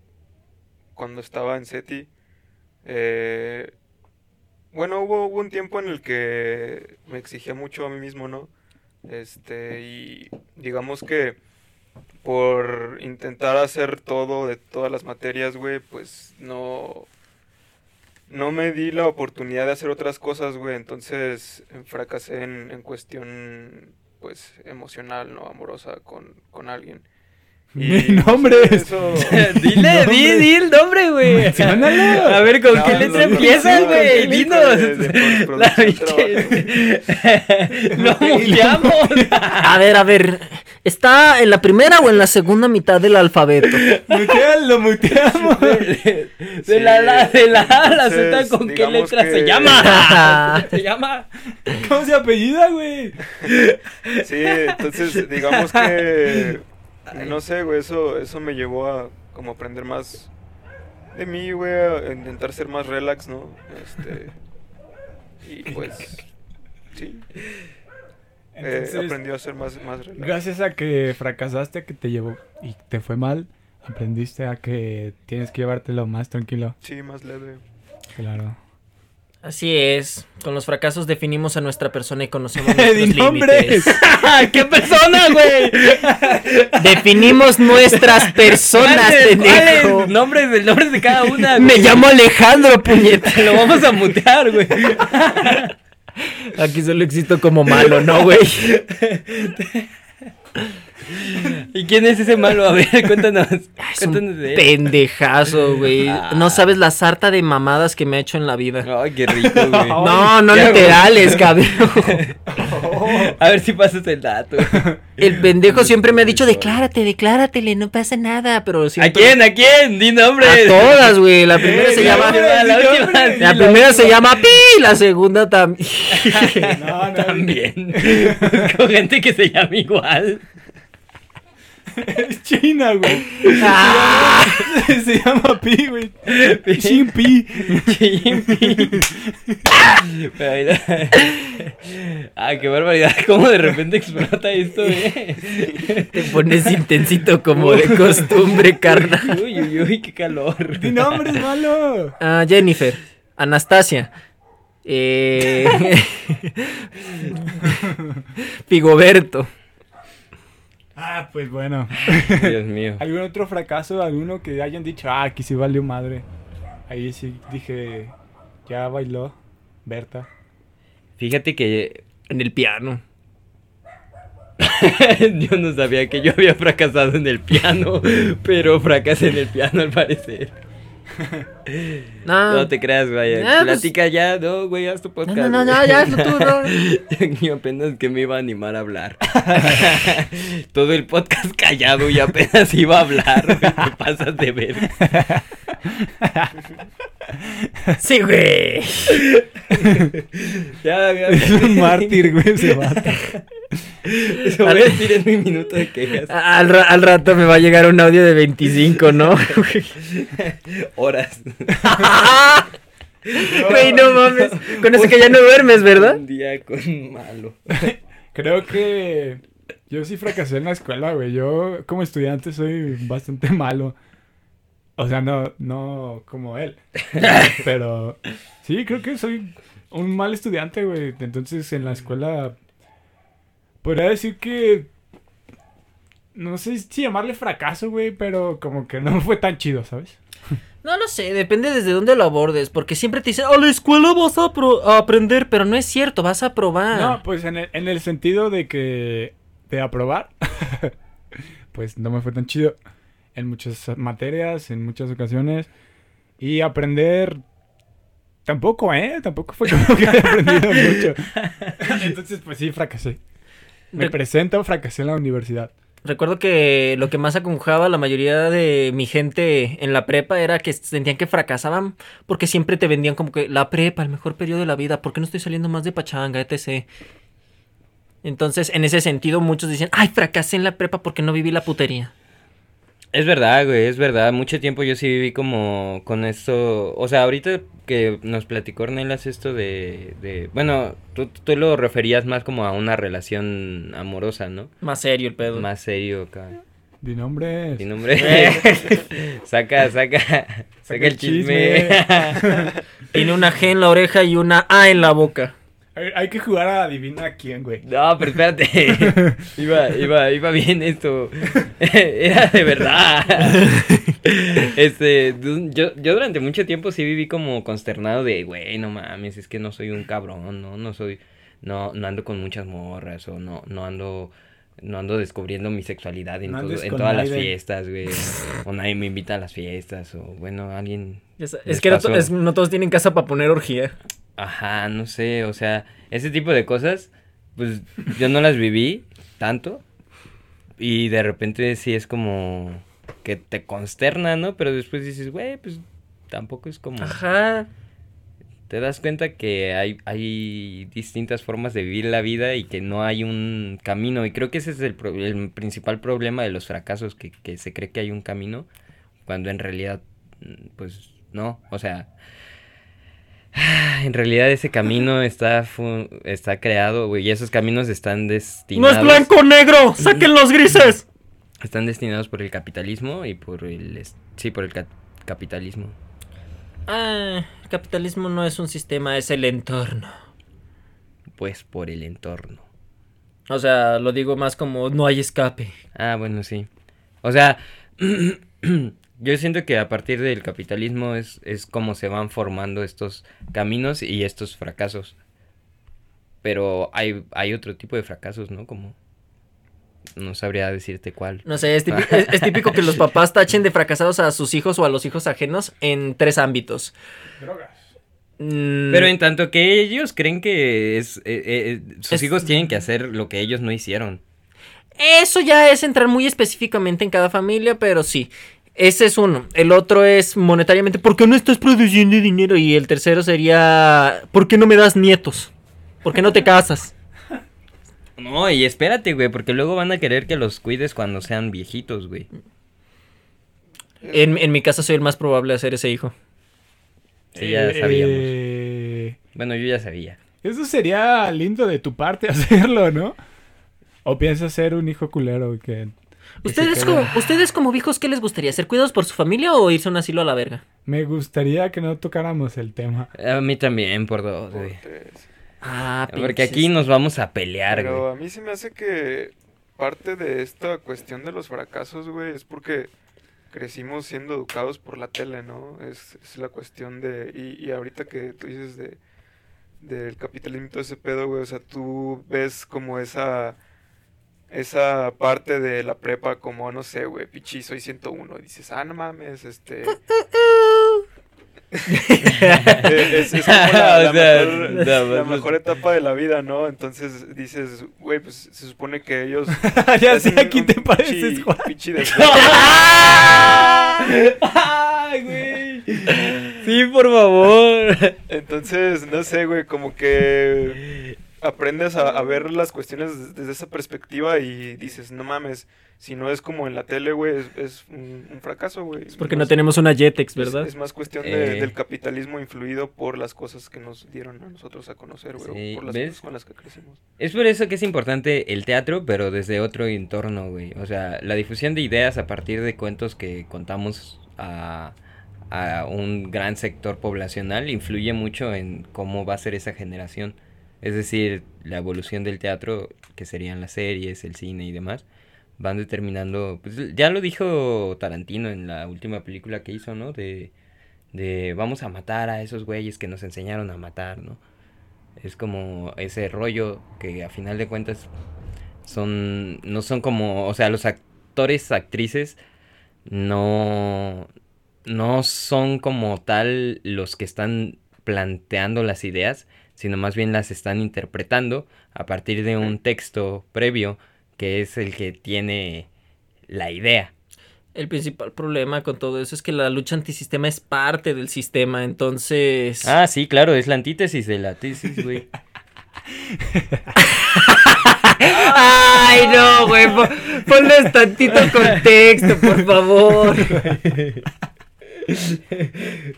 [SPEAKER 4] cuando estaba en SETI. eh, bueno, hubo, hubo un tiempo en el que me exigía mucho a mí mismo, ¿no? Este, y digamos que por intentar hacer todo de todas las materias, güey, pues no, no me di la oportunidad de hacer otras cosas, güey. Entonces eh, fracasé en, en cuestión, pues, emocional, ¿no? Amorosa con, con alguien.
[SPEAKER 1] Di
[SPEAKER 4] no sé,
[SPEAKER 1] nombres.
[SPEAKER 4] eso-
[SPEAKER 3] dile, di,
[SPEAKER 1] Nombre.
[SPEAKER 3] di el nombre, güey.
[SPEAKER 1] Menciónalo.
[SPEAKER 3] A ver, ¿con
[SPEAKER 4] No,
[SPEAKER 3] qué
[SPEAKER 4] no,
[SPEAKER 3] letra
[SPEAKER 4] no, no,
[SPEAKER 3] empiezas,
[SPEAKER 4] no,
[SPEAKER 3] güey?
[SPEAKER 4] no, no,
[SPEAKER 3] Dinos.
[SPEAKER 4] de- de postproducción
[SPEAKER 3] La pinche- Lo muteamos.
[SPEAKER 2] A ver, a ver. ¿Está en la primera o en la segunda mitad del alfabeto?
[SPEAKER 1] Mutealo, muteamos.
[SPEAKER 3] De, de
[SPEAKER 4] Sí.
[SPEAKER 3] la, la- de la A a la Z,
[SPEAKER 4] Entonces,
[SPEAKER 3] ¿con qué
[SPEAKER 4] digamos
[SPEAKER 3] letra se
[SPEAKER 4] que-
[SPEAKER 3] llama? Se llama.
[SPEAKER 1] ¿Cómo se apellida, güey?
[SPEAKER 4] Sí, entonces digamos que no sé, güey, eso eso me llevó a como aprender más de mí, güey, a intentar ser más relax, ¿no? Este y pues sí, eh,
[SPEAKER 1] Entonces,
[SPEAKER 4] aprendí a ser más más relax.
[SPEAKER 1] gracias a que fracasaste, a que te llevó y te fue mal, aprendiste a que tienes que llevártelo más tranquilo.
[SPEAKER 4] Sí, más leve.
[SPEAKER 1] Claro.
[SPEAKER 2] Así es. Con los fracasos definimos a nuestra persona y conocemos
[SPEAKER 1] Di
[SPEAKER 2] nuestros límites.
[SPEAKER 1] nombres.
[SPEAKER 3] ¿Qué persona, güey?
[SPEAKER 2] Definimos nuestras personas,
[SPEAKER 3] ¿Cuáles-
[SPEAKER 2] pendejo.
[SPEAKER 3] cuáles nombres, el nombre de cada una.
[SPEAKER 2] Me
[SPEAKER 3] güey?
[SPEAKER 2] llamo Alejandro, puñeta.
[SPEAKER 3] Lo vamos a mutear, güey.
[SPEAKER 2] Aquí solo existo como malo, ¿no, güey?
[SPEAKER 3] ¿Y quién es ese malo? A ver, cuéntanos.
[SPEAKER 2] Ah, Es
[SPEAKER 3] cuéntanos
[SPEAKER 2] un
[SPEAKER 3] de él.
[SPEAKER 2] pendejazo, güey. Ah,
[SPEAKER 3] Ah.
[SPEAKER 2] No sabes la sarta de mamadas que me ha hecho en la vida.
[SPEAKER 3] Ay, qué rico, güey.
[SPEAKER 2] No, no
[SPEAKER 3] Ya, güey.
[SPEAKER 2] literales, cabrón.
[SPEAKER 3] A ver si pasas el dato.
[SPEAKER 2] El pendejo siempre me ha dicho, declárate, decláratele, no pasa nada, pero
[SPEAKER 3] ¿A
[SPEAKER 2] siempre...
[SPEAKER 3] quién? ¿A quién? Di nombres.
[SPEAKER 2] A todas, güey. La primera
[SPEAKER 3] Eh,
[SPEAKER 2] se
[SPEAKER 3] di
[SPEAKER 2] llama...
[SPEAKER 3] nombres, di
[SPEAKER 2] La,
[SPEAKER 3] nombres.
[SPEAKER 2] la primera se llama Pi, la segunda también.
[SPEAKER 1] No, no.
[SPEAKER 3] También. Con gente que se llama igual.
[SPEAKER 1] Es China, güey.
[SPEAKER 2] Ah.
[SPEAKER 1] Se llama Pi, güey. Xin Pi.
[SPEAKER 3] Pero, ah, qué barbaridad. ¿Cómo de repente explota esto, eh?
[SPEAKER 2] Te pones intensito como de costumbre, carnal.
[SPEAKER 3] Uy, uy, uy, qué calor.
[SPEAKER 1] Di nombres, malo.
[SPEAKER 2] Ah, Jennifer. Anastasia. Eh... Pigoberto.
[SPEAKER 1] Ah, pues bueno.
[SPEAKER 6] Dios mío.
[SPEAKER 1] ¿Algún otro fracaso? ¿Alguno que hayan dicho, ah, aquí sí valió madre? Ahí sí dije, ya bailó Berta.
[SPEAKER 6] Fíjate que
[SPEAKER 2] En el piano.
[SPEAKER 6] yo no sabía que yo había fracasado en el piano, pero fracasé en el piano al parecer.
[SPEAKER 2] No,
[SPEAKER 6] No te creas, güey.
[SPEAKER 2] Ah, pues-
[SPEAKER 6] Platica ya, no, güey, haz tu podcast.
[SPEAKER 2] no, no,
[SPEAKER 6] güey.
[SPEAKER 2] no, ya hazlo tú, no.
[SPEAKER 6] Yo apenas que me iba a animar a hablar. Todo el podcast callado y apenas iba a hablar. güey, Te pasas de ver.
[SPEAKER 2] sí, güey.
[SPEAKER 6] Ya, ya.
[SPEAKER 1] Es un mártir, güey, ese vato.
[SPEAKER 6] Eso voy a decir en mi minuto de quejas.
[SPEAKER 2] Al, ra- al rato me va a llegar un audio de 25, ¿no?
[SPEAKER 6] Horas.
[SPEAKER 2] Güey, no mames. Con eso que ya no duermes, ¿verdad?
[SPEAKER 6] Un día con malo.
[SPEAKER 1] Creo que yo sí fracasé en la escuela, güey. Yo como estudiante soy bastante malo. O sea, no, no como él. Pero sí, creo que soy un mal estudiante, güey. Entonces en la escuela podría decir que no sé si llamarle fracaso, güey, pero como que no fue tan chido, ¿sabes?
[SPEAKER 2] No lo sé, depende desde dónde lo abordes, porque siempre te dicen, a la escuela vas a, apro- a aprender, pero no es cierto, vas a
[SPEAKER 6] Ah.
[SPEAKER 2] probar.
[SPEAKER 1] No, pues en el, en el sentido de que de aprobar, pues no me fue tan chido en muchas materias, en muchas ocasiones. Y aprender tampoco, ¿eh? Tampoco fue como que haya aprendido mucho. Entonces, pues sí, fracasé. Me
[SPEAKER 2] Re-
[SPEAKER 1] presento, fracasé en la universidad.
[SPEAKER 2] Recuerdo que lo que más acongojaba a la mayoría de mi gente en la prepa era que sentían que fracasaban porque siempre te vendían como que la prepa, el mejor periodo de la vida, ¿por qué no estoy saliendo más de pachanga, etc.? Entonces, en ese sentido, muchos dicen, ay, fracasé en la prepa porque no viví la putería.
[SPEAKER 6] Es verdad, güey, es verdad. Mucho tiempo yo sí viví como con esto. O sea, ahorita que nos platicó Ornelas esto de. de bueno, tú, tú lo referías más como a una relación amorosa, ¿no?
[SPEAKER 2] Más serio el pedo.
[SPEAKER 6] Más serio, cabrón.
[SPEAKER 1] Di nombres.
[SPEAKER 6] Mi nombre. saca, saca. Saca el
[SPEAKER 1] el
[SPEAKER 6] chisme.
[SPEAKER 2] Tiene una G en la oreja y una A en la boca.
[SPEAKER 1] A ver, Hay que jugar a adivina quién, güey.
[SPEAKER 6] no, pero espérate. iba, iba, iba bien esto. Era de verdad. este, du- yo, yo durante mucho tiempo sí viví como consternado de, güey, no mames, es que no soy un cabrón, no, no soy, no, no ando con muchas morras o no, no ando. No ando descubriendo mi sexualidad en,
[SPEAKER 1] No
[SPEAKER 6] todo-
[SPEAKER 1] andes
[SPEAKER 6] en
[SPEAKER 1] con
[SPEAKER 6] todas las
[SPEAKER 1] nadie.
[SPEAKER 6] fiestas, güey. o nadie me invita a las fiestas. O bueno, alguien
[SPEAKER 2] Ya sa-
[SPEAKER 6] Les
[SPEAKER 2] Es que no,
[SPEAKER 6] pasó.
[SPEAKER 2] to- es- no todos tienen casa para poner orgía.
[SPEAKER 6] Ajá, no sé, o sea, ese tipo de cosas, pues yo no las viví tanto. Y de repente sí es como que te consterna, ¿no? Pero después dices, güey, pues tampoco es como...
[SPEAKER 2] Ajá.
[SPEAKER 6] Te das cuenta que hay, hay distintas formas de vivir la vida y que no hay un camino. Y creo que ese es el, pro- el principal problema de los fracasos, que, que se cree que hay un camino, cuando en realidad, mm, pues no. O sea, en realidad ese camino está, fu- está creado, güey, y esos caminos están
[SPEAKER 2] ¡No
[SPEAKER 6] destinados.
[SPEAKER 2] es blanco o negro! ¡Saquen los grises!
[SPEAKER 6] Están destinados por el capitalismo y por el... es- Sí, por el ca- capitalismo.
[SPEAKER 2] Ah, el capitalismo no es un sistema, es el entorno.
[SPEAKER 6] Pues por el entorno.
[SPEAKER 2] O sea, lo digo más como no hay escape.
[SPEAKER 6] Ah, bueno, sí. O sea, yo siento que a partir del capitalismo es, es como se van formando estos caminos y estos fracasos. Pero hay, hay otro tipo de fracasos, ¿no? Como... No sabría decirte cuál.
[SPEAKER 2] No sé, es típico, es- es típico que los papás tachen de fracasados a sus hijos o a los hijos ajenos en tres ámbitos.
[SPEAKER 1] Drogas.
[SPEAKER 2] Mm,
[SPEAKER 6] Pero en tanto que ellos creen que es, eh, eh, sus
[SPEAKER 2] Es-
[SPEAKER 6] hijos tienen que hacer lo que ellos no hicieron.
[SPEAKER 2] Eso ya es entrar muy específicamente en cada familia, pero sí. Ese es uno. El otro es monetariamente, ¿por qué no estás produciendo dinero? Y el tercero sería, ¿por qué no me das nietos? ¿Por qué no te casas?
[SPEAKER 6] No, y espérate, güey, porque luego van a querer que los cuides cuando sean viejitos, güey.
[SPEAKER 2] En, en mi casa soy el más probable de ser ese hijo.
[SPEAKER 6] Sí, ya sabíamos.
[SPEAKER 1] Eh,
[SPEAKER 6] Bueno, yo ya sabía.
[SPEAKER 1] Eso sería lindo de tu parte hacerlo, ¿no? ¿O piensas ser un hijo culero que
[SPEAKER 2] ¿Ustedes como, ¿Ustedes como viejos qué les gustaría? ¿Ser cuidados por su familia o irse a un asilo a la verga?
[SPEAKER 1] me gustaría que no tocáramos el tema?
[SPEAKER 6] A mí también, por dos,
[SPEAKER 4] por
[SPEAKER 6] güey.
[SPEAKER 4] tres.
[SPEAKER 2] Ah,
[SPEAKER 6] Porque aquí nos vamos a pelear,
[SPEAKER 4] Pero
[SPEAKER 6] güey.
[SPEAKER 4] a mí se me hace que parte de esta cuestión de los fracasos, güey, es porque crecimos siendo educados por la tele, ¿no? Es, es la cuestión de... Y, y ahorita que tú dices de del capitalismo y todo ese pedo, güey, o sea, tú ves como esa esa parte de la prepa como, no sé, güey, pichi, soy 101. Y dices, ah, no mames, este... Eh, es, es como la, la
[SPEAKER 6] O sea,
[SPEAKER 4] mejor,
[SPEAKER 6] nada
[SPEAKER 4] la
[SPEAKER 6] más.
[SPEAKER 4] mejor etapa de la vida, ¿no? Entonces dices, güey, pues se supone que ellos...
[SPEAKER 1] ya
[SPEAKER 4] hacen
[SPEAKER 1] sé, aquí
[SPEAKER 4] un
[SPEAKER 1] te pareces,
[SPEAKER 4] pichi-
[SPEAKER 1] Juan.
[SPEAKER 4] pichi desmadre.
[SPEAKER 6] ¡Ay, güey! Sí, por favor.
[SPEAKER 4] Entonces, no sé, güey, como que aprendes a, a ver las cuestiones des- desde esa perspectiva y dices, no mames, si no es como en la tele, güey, es, es un, un fracaso, güey.
[SPEAKER 2] Es porque no tenemos una Jetex, ¿verdad?
[SPEAKER 4] Es, más cuestión de-
[SPEAKER 6] Eh.
[SPEAKER 4] del capitalismo influido por las cosas que nos dieron a nosotros a conocer, güey, o
[SPEAKER 6] Sí,
[SPEAKER 4] por las
[SPEAKER 6] ¿ves?
[SPEAKER 4] cosas con las que crecimos.
[SPEAKER 6] Es por eso que es importante el teatro, pero desde otro entorno, güey. O sea, la difusión de ideas a partir de cuentos que contamos a, a un gran sector poblacional influye mucho en cómo va a ser esa generación. Es decir, la evolución del teatro, que serían las series, el cine y demás, van determinando... Pues, ya lo dijo Tarantino en la última película que hizo, ¿no? De, de vamos a matar a esos güeyes que nos enseñaron a matar, ¿no? Es como ese rollo que a final de cuentas son no son como, o sea, los actores, actrices no no son como tal los que están planteando las ideas, sino más bien las están interpretando a partir de un texto previo que es el que tiene la idea.
[SPEAKER 2] El principal problema con todo eso es que la lucha antisistema es parte del sistema, entonces...
[SPEAKER 6] Ah, sí, claro, es la antítesis de la tesis, güey.
[SPEAKER 2] ¡Ay, no, güey! po- Ponles tantito contexto, por favor.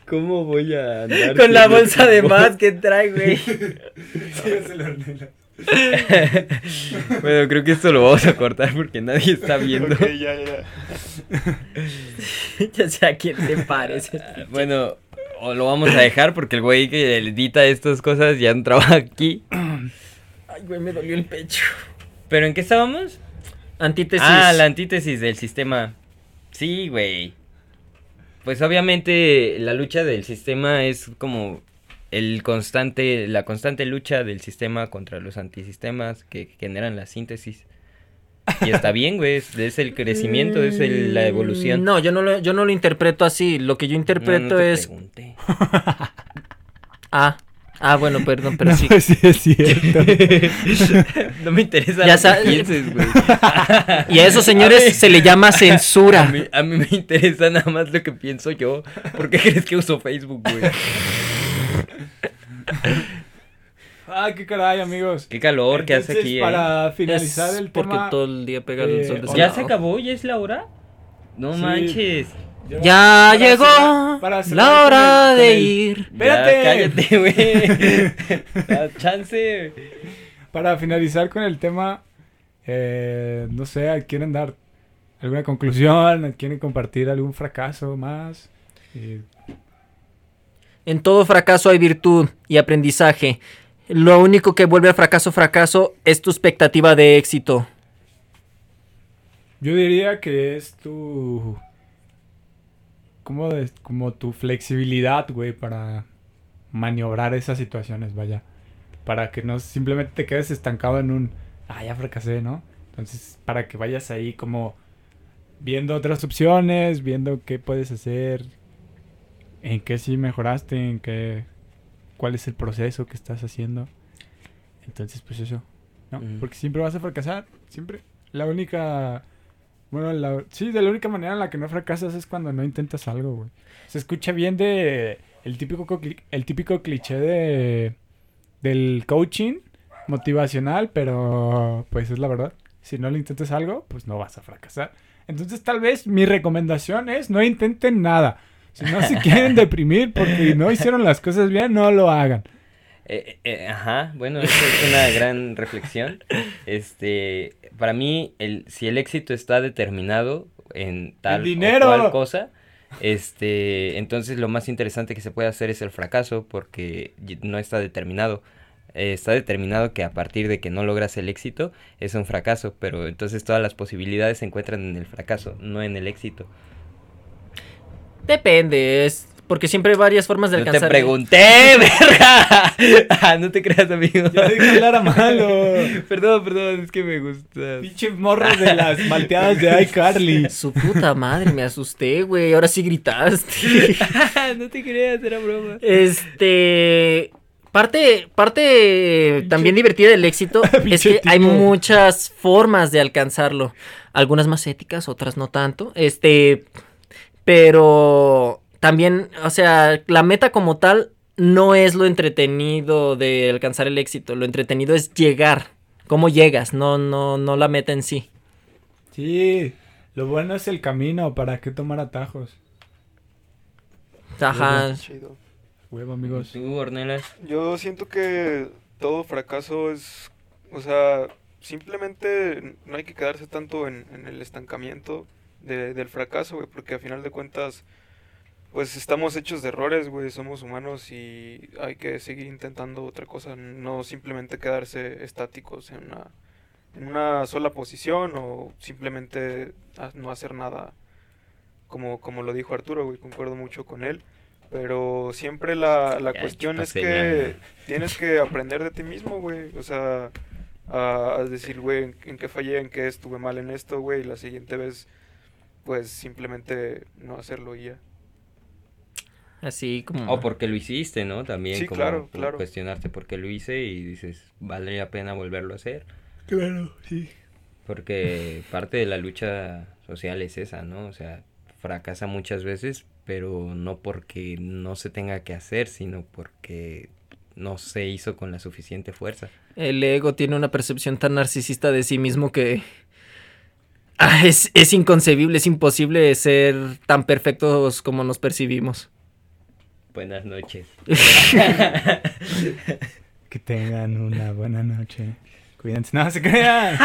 [SPEAKER 6] ¿Cómo voy a andar
[SPEAKER 2] Con la bolsa de más que trae, güey.
[SPEAKER 6] Bueno, creo que esto lo vamos a cortar porque nadie está viendo.
[SPEAKER 4] Ok, ya, ya, ya.
[SPEAKER 2] ya sé a quién te parece.
[SPEAKER 6] Bueno, o lo vamos a dejar porque el güey que edita estas cosas ya no trabaja aquí.
[SPEAKER 2] Ay, güey, me dolió el pecho.
[SPEAKER 6] ¿Pero en qué estábamos?
[SPEAKER 2] Antítesis.
[SPEAKER 6] Ah, la antítesis del sistema. Sí, güey. Pues obviamente la lucha del sistema es como el constante, la constante lucha del sistema contra los antisistemas que generan la síntesis. Y está bien, güey, es, es el crecimiento, es el- la evolución.
[SPEAKER 2] No, yo no, lo, yo no lo interpreto así. Lo que yo interpreto
[SPEAKER 6] te
[SPEAKER 2] es.
[SPEAKER 6] pregunté.
[SPEAKER 2] Ah, ah, bueno, perdón, pero
[SPEAKER 1] No,
[SPEAKER 2] sí.
[SPEAKER 1] sí es cierto.
[SPEAKER 6] no me interesa
[SPEAKER 2] Ya
[SPEAKER 6] lo
[SPEAKER 2] sa-
[SPEAKER 6] que pienses, güey.
[SPEAKER 2] Y a esos señores
[SPEAKER 6] A ver.
[SPEAKER 2] se le llama
[SPEAKER 6] A
[SPEAKER 2] censura.
[SPEAKER 6] mí, a mí me interesa nada más lo que pienso yo. ¿Por qué crees que uso Facebook, güey?
[SPEAKER 1] ah, qué caray, amigos.
[SPEAKER 6] Qué calor que hace
[SPEAKER 1] Entonces,
[SPEAKER 6] aquí, eh.
[SPEAKER 1] Para finalizar
[SPEAKER 2] Es
[SPEAKER 1] el
[SPEAKER 2] porque
[SPEAKER 1] tema.
[SPEAKER 2] todo el día pega el
[SPEAKER 1] eh,
[SPEAKER 2] sol. de
[SPEAKER 1] hola.
[SPEAKER 6] ¿Ya
[SPEAKER 2] Sinaloa.
[SPEAKER 6] se acabó? ¿Ya es la hora? No
[SPEAKER 1] Sí.
[SPEAKER 6] manches.
[SPEAKER 2] Ya
[SPEAKER 1] para
[SPEAKER 2] llegó
[SPEAKER 1] cerrar- para cerrar
[SPEAKER 2] la
[SPEAKER 1] con
[SPEAKER 2] hora
[SPEAKER 1] el-
[SPEAKER 2] de
[SPEAKER 1] con el-
[SPEAKER 2] ir.
[SPEAKER 1] Espérate.
[SPEAKER 6] Ya, cállate, güey. Da chance.
[SPEAKER 1] Para finalizar con el tema, eh, no sé, ¿quieren dar alguna conclusión? ¿Quieren compartir algún fracaso más? Eh,
[SPEAKER 2] En todo fracaso hay virtud y aprendizaje. Lo único que vuelve a fracaso fracaso es tu expectativa de éxito.
[SPEAKER 1] yo diría que es tu... Como, de- como tu flexibilidad, güey, para maniobrar esas situaciones, vaya. Para que no simplemente te quedes estancado en un... Ah, ya fracasé, ¿no? Entonces, para que vayas ahí como viendo otras opciones, viendo qué puedes hacer, en qué sí mejoraste, en qué cuál es el proceso que estás haciendo. Entonces, pues eso, ¿no?
[SPEAKER 6] Ujú.
[SPEAKER 1] Porque siempre vas a fracasar, siempre. La única bueno, la, sí, de la única manera en la que no fracasas es cuando no intentas algo, güey. Se escucha bien de el típico cli- el típico cliché de del coaching motivacional, pero pues es la verdad. Si no lo intentas algo, pues no vas a fracasar. Entonces, tal vez mi recomendación es no intenten nada. Si no se quieren deprimir porque no hicieron las cosas bien, no lo hagan.
[SPEAKER 6] Eh, eh, ajá, bueno, eso es una gran reflexión. Este, para mí, el, si el éxito está determinado en tal
[SPEAKER 1] dinero!
[SPEAKER 6] o cual cosa, este, entonces lo más interesante que se puede hacer es el fracaso, porque y- no está determinado. eh, está determinado que a partir de que no logras el éxito es un fracaso, pero entonces todas las posibilidades se encuentran en el fracaso, no en el éxito.
[SPEAKER 2] Depende, es porque siempre hay varias formas de
[SPEAKER 6] No te
[SPEAKER 2] alcanzar.
[SPEAKER 6] pregunté, verga. Ah, no te creas, amigo.
[SPEAKER 1] Ya dije hablar a malo.
[SPEAKER 6] Perdón, perdón, es que me gusta.
[SPEAKER 1] Pinche morro de las malteadas de iCarly.
[SPEAKER 2] Su puta madre, me asusté, güey. Ahora sí gritaste.
[SPEAKER 6] no te creas, era broma.
[SPEAKER 2] Este. Parte, parte también divertida del éxito es
[SPEAKER 1] Pinche
[SPEAKER 2] que hay
[SPEAKER 1] tipo.
[SPEAKER 2] muchas formas de alcanzarlo. Algunas más éticas, otras no tanto. Este. Pero también, o sea, la meta como tal no es lo entretenido de alcanzar el éxito. Lo entretenido es llegar. ¿Cómo llegas? No, no, no la meta en sí.
[SPEAKER 1] Sí, lo bueno es el camino, ¿para qué tomar atajos?
[SPEAKER 6] Ah.
[SPEAKER 2] Ajá.
[SPEAKER 4] Chido.
[SPEAKER 1] Huevo, amigos.
[SPEAKER 6] Tú, Ornelas.
[SPEAKER 4] Yo siento que todo fracaso es, o sea, simplemente no hay que quedarse tanto en, en el estancamiento de- del fracaso, güey, porque a final de cuentas, pues estamos hechos de errores, güey, somos humanos y hay que seguir intentando otra cosa, no simplemente quedarse estáticos en una, en una sola posición o simplemente a- no hacer nada, como, como lo dijo Arturo, güey, concuerdo mucho con él. Pero siempre la, la
[SPEAKER 6] Ya,
[SPEAKER 4] cuestión es
[SPEAKER 6] chúpase
[SPEAKER 4] que
[SPEAKER 6] ya.
[SPEAKER 4] tienes que aprender de ti mismo, güey. O sea, a, a decir, güey, en, en qué fallé, en qué estuve mal en esto, güey. Y la siguiente vez, pues simplemente no hacerlo y ya.
[SPEAKER 2] Así como.
[SPEAKER 6] O porque lo hiciste, ¿no? También
[SPEAKER 4] Sí,
[SPEAKER 6] como
[SPEAKER 4] claro,
[SPEAKER 6] tú
[SPEAKER 4] claro.
[SPEAKER 6] cuestionarte por qué lo hice y dices, vale la pena volverlo a hacer.
[SPEAKER 1] Claro, sí.
[SPEAKER 6] Porque parte de la lucha social es esa, ¿no? O sea, fracasa muchas veces, pero no porque no se tenga que hacer, sino porque no se hizo con la suficiente fuerza.
[SPEAKER 2] El ego tiene una percepción tan narcisista de sí mismo que ah, es, es inconcebible, es imposible ser tan perfectos como nos percibimos.
[SPEAKER 6] Buenas noches.
[SPEAKER 1] Que tengan una buena noche. Cuídense, no se crean.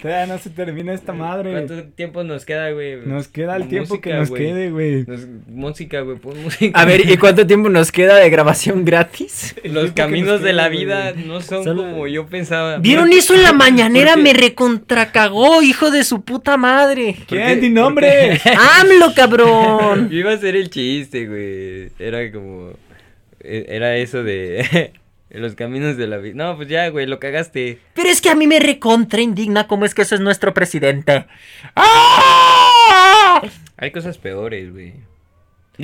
[SPEAKER 1] Todavía no se termina esta madre.
[SPEAKER 6] ¿Cuánto tiempo nos queda, güey?
[SPEAKER 1] Nos queda el tiempo que
[SPEAKER 6] Música,
[SPEAKER 1] nos
[SPEAKER 6] güey.
[SPEAKER 1] quede, güey.
[SPEAKER 6] Nos- música, güey, pon música.
[SPEAKER 2] A ver, ¿y cuánto tiempo nos queda de grabación gratis?
[SPEAKER 6] los
[SPEAKER 1] tiempo que nos
[SPEAKER 6] caminos de
[SPEAKER 1] queda,
[SPEAKER 6] la
[SPEAKER 1] güey.
[SPEAKER 6] vida no son
[SPEAKER 1] Solo-
[SPEAKER 6] como yo pensaba.
[SPEAKER 2] ¿Vieron
[SPEAKER 6] Porque-
[SPEAKER 2] eso en la mañanera?
[SPEAKER 6] porque-
[SPEAKER 2] Me recontracagó, hijo de su puta madre.
[SPEAKER 1] ¿Quién?
[SPEAKER 6] porque-
[SPEAKER 1] ¡Di nombre!
[SPEAKER 2] ¡AMLO, cabrón!
[SPEAKER 6] Yo iba a hacer el chiste, güey. Era como. e- Era eso de. los caminos de la vida. No, pues ya, güey, lo cagaste.
[SPEAKER 2] Pero es que a mí me recontra indigna cómo es que eso es nuestro presidente. ¡Ah!
[SPEAKER 6] Hay cosas peores, güey.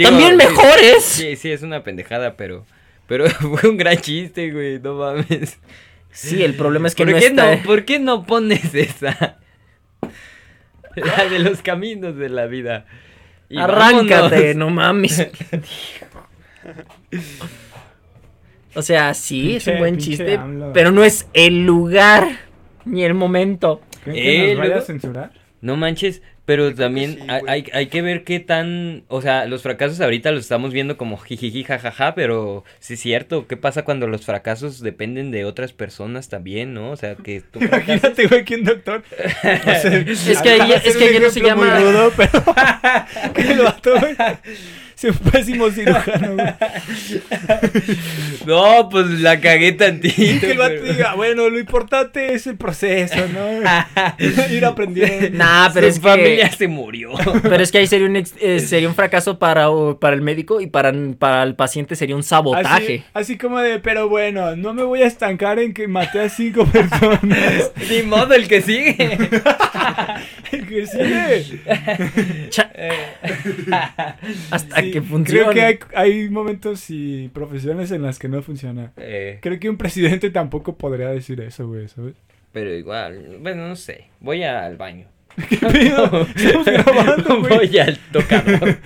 [SPEAKER 2] También
[SPEAKER 6] sí-
[SPEAKER 2] mejores.
[SPEAKER 6] Sí, sí, es una pendejada, pero. Pero fue un gran chiste, güey. No mames.
[SPEAKER 2] Sí, el problema es que
[SPEAKER 6] ¿Por,
[SPEAKER 2] no
[SPEAKER 6] qué
[SPEAKER 2] está...
[SPEAKER 6] no, ¿Por qué no pones esa? La de los caminos de la vida. Y
[SPEAKER 2] Arráncate,
[SPEAKER 6] vámonos.
[SPEAKER 2] no mames. o sea, sí, es
[SPEAKER 1] Pinche-
[SPEAKER 2] un buen
[SPEAKER 1] pinche
[SPEAKER 2] chiste,
[SPEAKER 1] AMLO.
[SPEAKER 2] pero no es el lugar ni el momento.
[SPEAKER 1] ¿Creen que
[SPEAKER 6] Eh,
[SPEAKER 1] nos vaya a
[SPEAKER 6] luego-
[SPEAKER 1] censurar?
[SPEAKER 6] No manches, pero también
[SPEAKER 4] sí,
[SPEAKER 6] hay,
[SPEAKER 4] güey.
[SPEAKER 6] hay, hay que ver qué tan, o sea, los fracasos ahorita los estamos viendo como jijiji jajaja, pero sí es cierto, ¿qué pasa cuando los fracasos dependen de otras personas también, no? O sea, que tú fracasas-
[SPEAKER 1] Imagínate, güey, que un doctor.
[SPEAKER 2] Es que ahí- es que ahí no se llama-
[SPEAKER 1] Muy rudo, pero. que el vato, güey. Es un pésimo cirujano, güey.
[SPEAKER 6] No, pues la cagué
[SPEAKER 1] Y
[SPEAKER 6] tantito.
[SPEAKER 1] que el vato
[SPEAKER 6] pero-
[SPEAKER 1] diga, bueno, lo importante es el proceso, ¿no? Ir aprendiendo.
[SPEAKER 2] Nah, pero
[SPEAKER 6] Su
[SPEAKER 2] es
[SPEAKER 6] familia
[SPEAKER 2] que
[SPEAKER 6] se murió.
[SPEAKER 2] pero es que ahí sería un ex- eh, sería un fracaso para, o- para el médico y para, para el paciente sería un
[SPEAKER 1] Así,
[SPEAKER 2] sabotaje.
[SPEAKER 1] así como de, pero bueno, no me voy a estancar en que maté a cinco personas.
[SPEAKER 6] Ni modo el que sigue.
[SPEAKER 1] El que sigue.
[SPEAKER 2] Cha- Hasta
[SPEAKER 1] Sí,
[SPEAKER 2] que funcione.
[SPEAKER 1] Creo que hay, hay momentos y profesiones en las que no funciona.
[SPEAKER 6] Eh,
[SPEAKER 1] Creo que un presidente tampoco podría decir eso, güey, ¿sabes?
[SPEAKER 6] pero igual, bueno, no sé, voy al baño.
[SPEAKER 1] ¿Qué pedo? Estamos grabando, güey.
[SPEAKER 6] voy al tocador.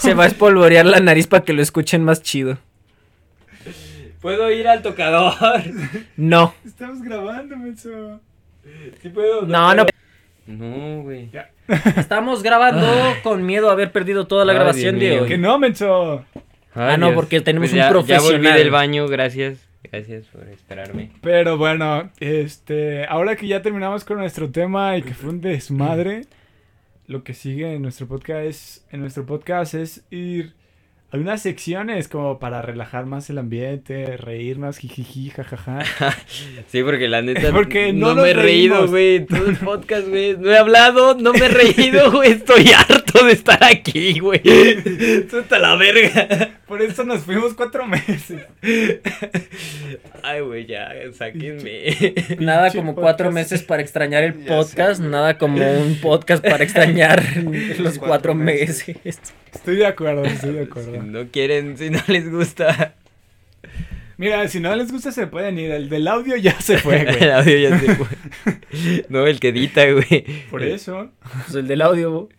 [SPEAKER 2] Se va a espolvorear la nariz para que lo escuchen más chido.
[SPEAKER 6] Puedo ir al tocador.
[SPEAKER 2] No,
[SPEAKER 1] Estamos grabando, menso.
[SPEAKER 6] Sí puedo.
[SPEAKER 2] no, no.
[SPEAKER 6] No, güey.
[SPEAKER 2] Estamos grabando con miedo a haber perdido toda la
[SPEAKER 6] Ay,
[SPEAKER 2] grabación
[SPEAKER 6] Dios
[SPEAKER 2] de
[SPEAKER 6] mío.
[SPEAKER 2] hoy.
[SPEAKER 1] Que no, menso.
[SPEAKER 2] Ah, no, porque tenemos un
[SPEAKER 6] Pues ya- Ya
[SPEAKER 2] profesional.
[SPEAKER 6] volví del baño, gracias. Gracias por esperarme.
[SPEAKER 1] Pero bueno, este, ahora que ya terminamos con nuestro tema y que fue un desmadre, lo que sigue en nuestro podcast es, en nuestro podcast es ir Hay unas secciones como para relajar más el ambiente, reír más, jijiji, jajaja.
[SPEAKER 6] Sí, porque la neta.
[SPEAKER 1] Porque no
[SPEAKER 6] no,
[SPEAKER 1] nos
[SPEAKER 6] me he reído,
[SPEAKER 1] reímos.
[SPEAKER 6] güey. en Todo el podcast, güey. No he hablado, no me he reído, güey. Estoy harto de estar aquí, güey. Esto está la verga.
[SPEAKER 1] Por eso nos fuimos cuatro meses.
[SPEAKER 6] Ay, güey, ya, sáquenme.
[SPEAKER 2] Nada
[SPEAKER 1] Pinche
[SPEAKER 2] como cuatro
[SPEAKER 1] podcast.
[SPEAKER 2] meses para extrañar el
[SPEAKER 4] Ya sé,
[SPEAKER 2] podcast,
[SPEAKER 4] güey.
[SPEAKER 2] nada como un podcast para extrañar los
[SPEAKER 4] Los cuatro
[SPEAKER 2] cuatro meses.
[SPEAKER 4] meses.
[SPEAKER 1] Estoy de acuerdo, estoy de
[SPEAKER 6] Si
[SPEAKER 1] acuerdo.
[SPEAKER 6] no quieren, si no les gusta.
[SPEAKER 1] Mira, si no les gusta se pueden ir. El del audio ya se fue,
[SPEAKER 6] El
[SPEAKER 1] güey.
[SPEAKER 6] audio ya se fue. No, el que edita, güey.
[SPEAKER 1] Por eso.
[SPEAKER 2] Pues el del audio.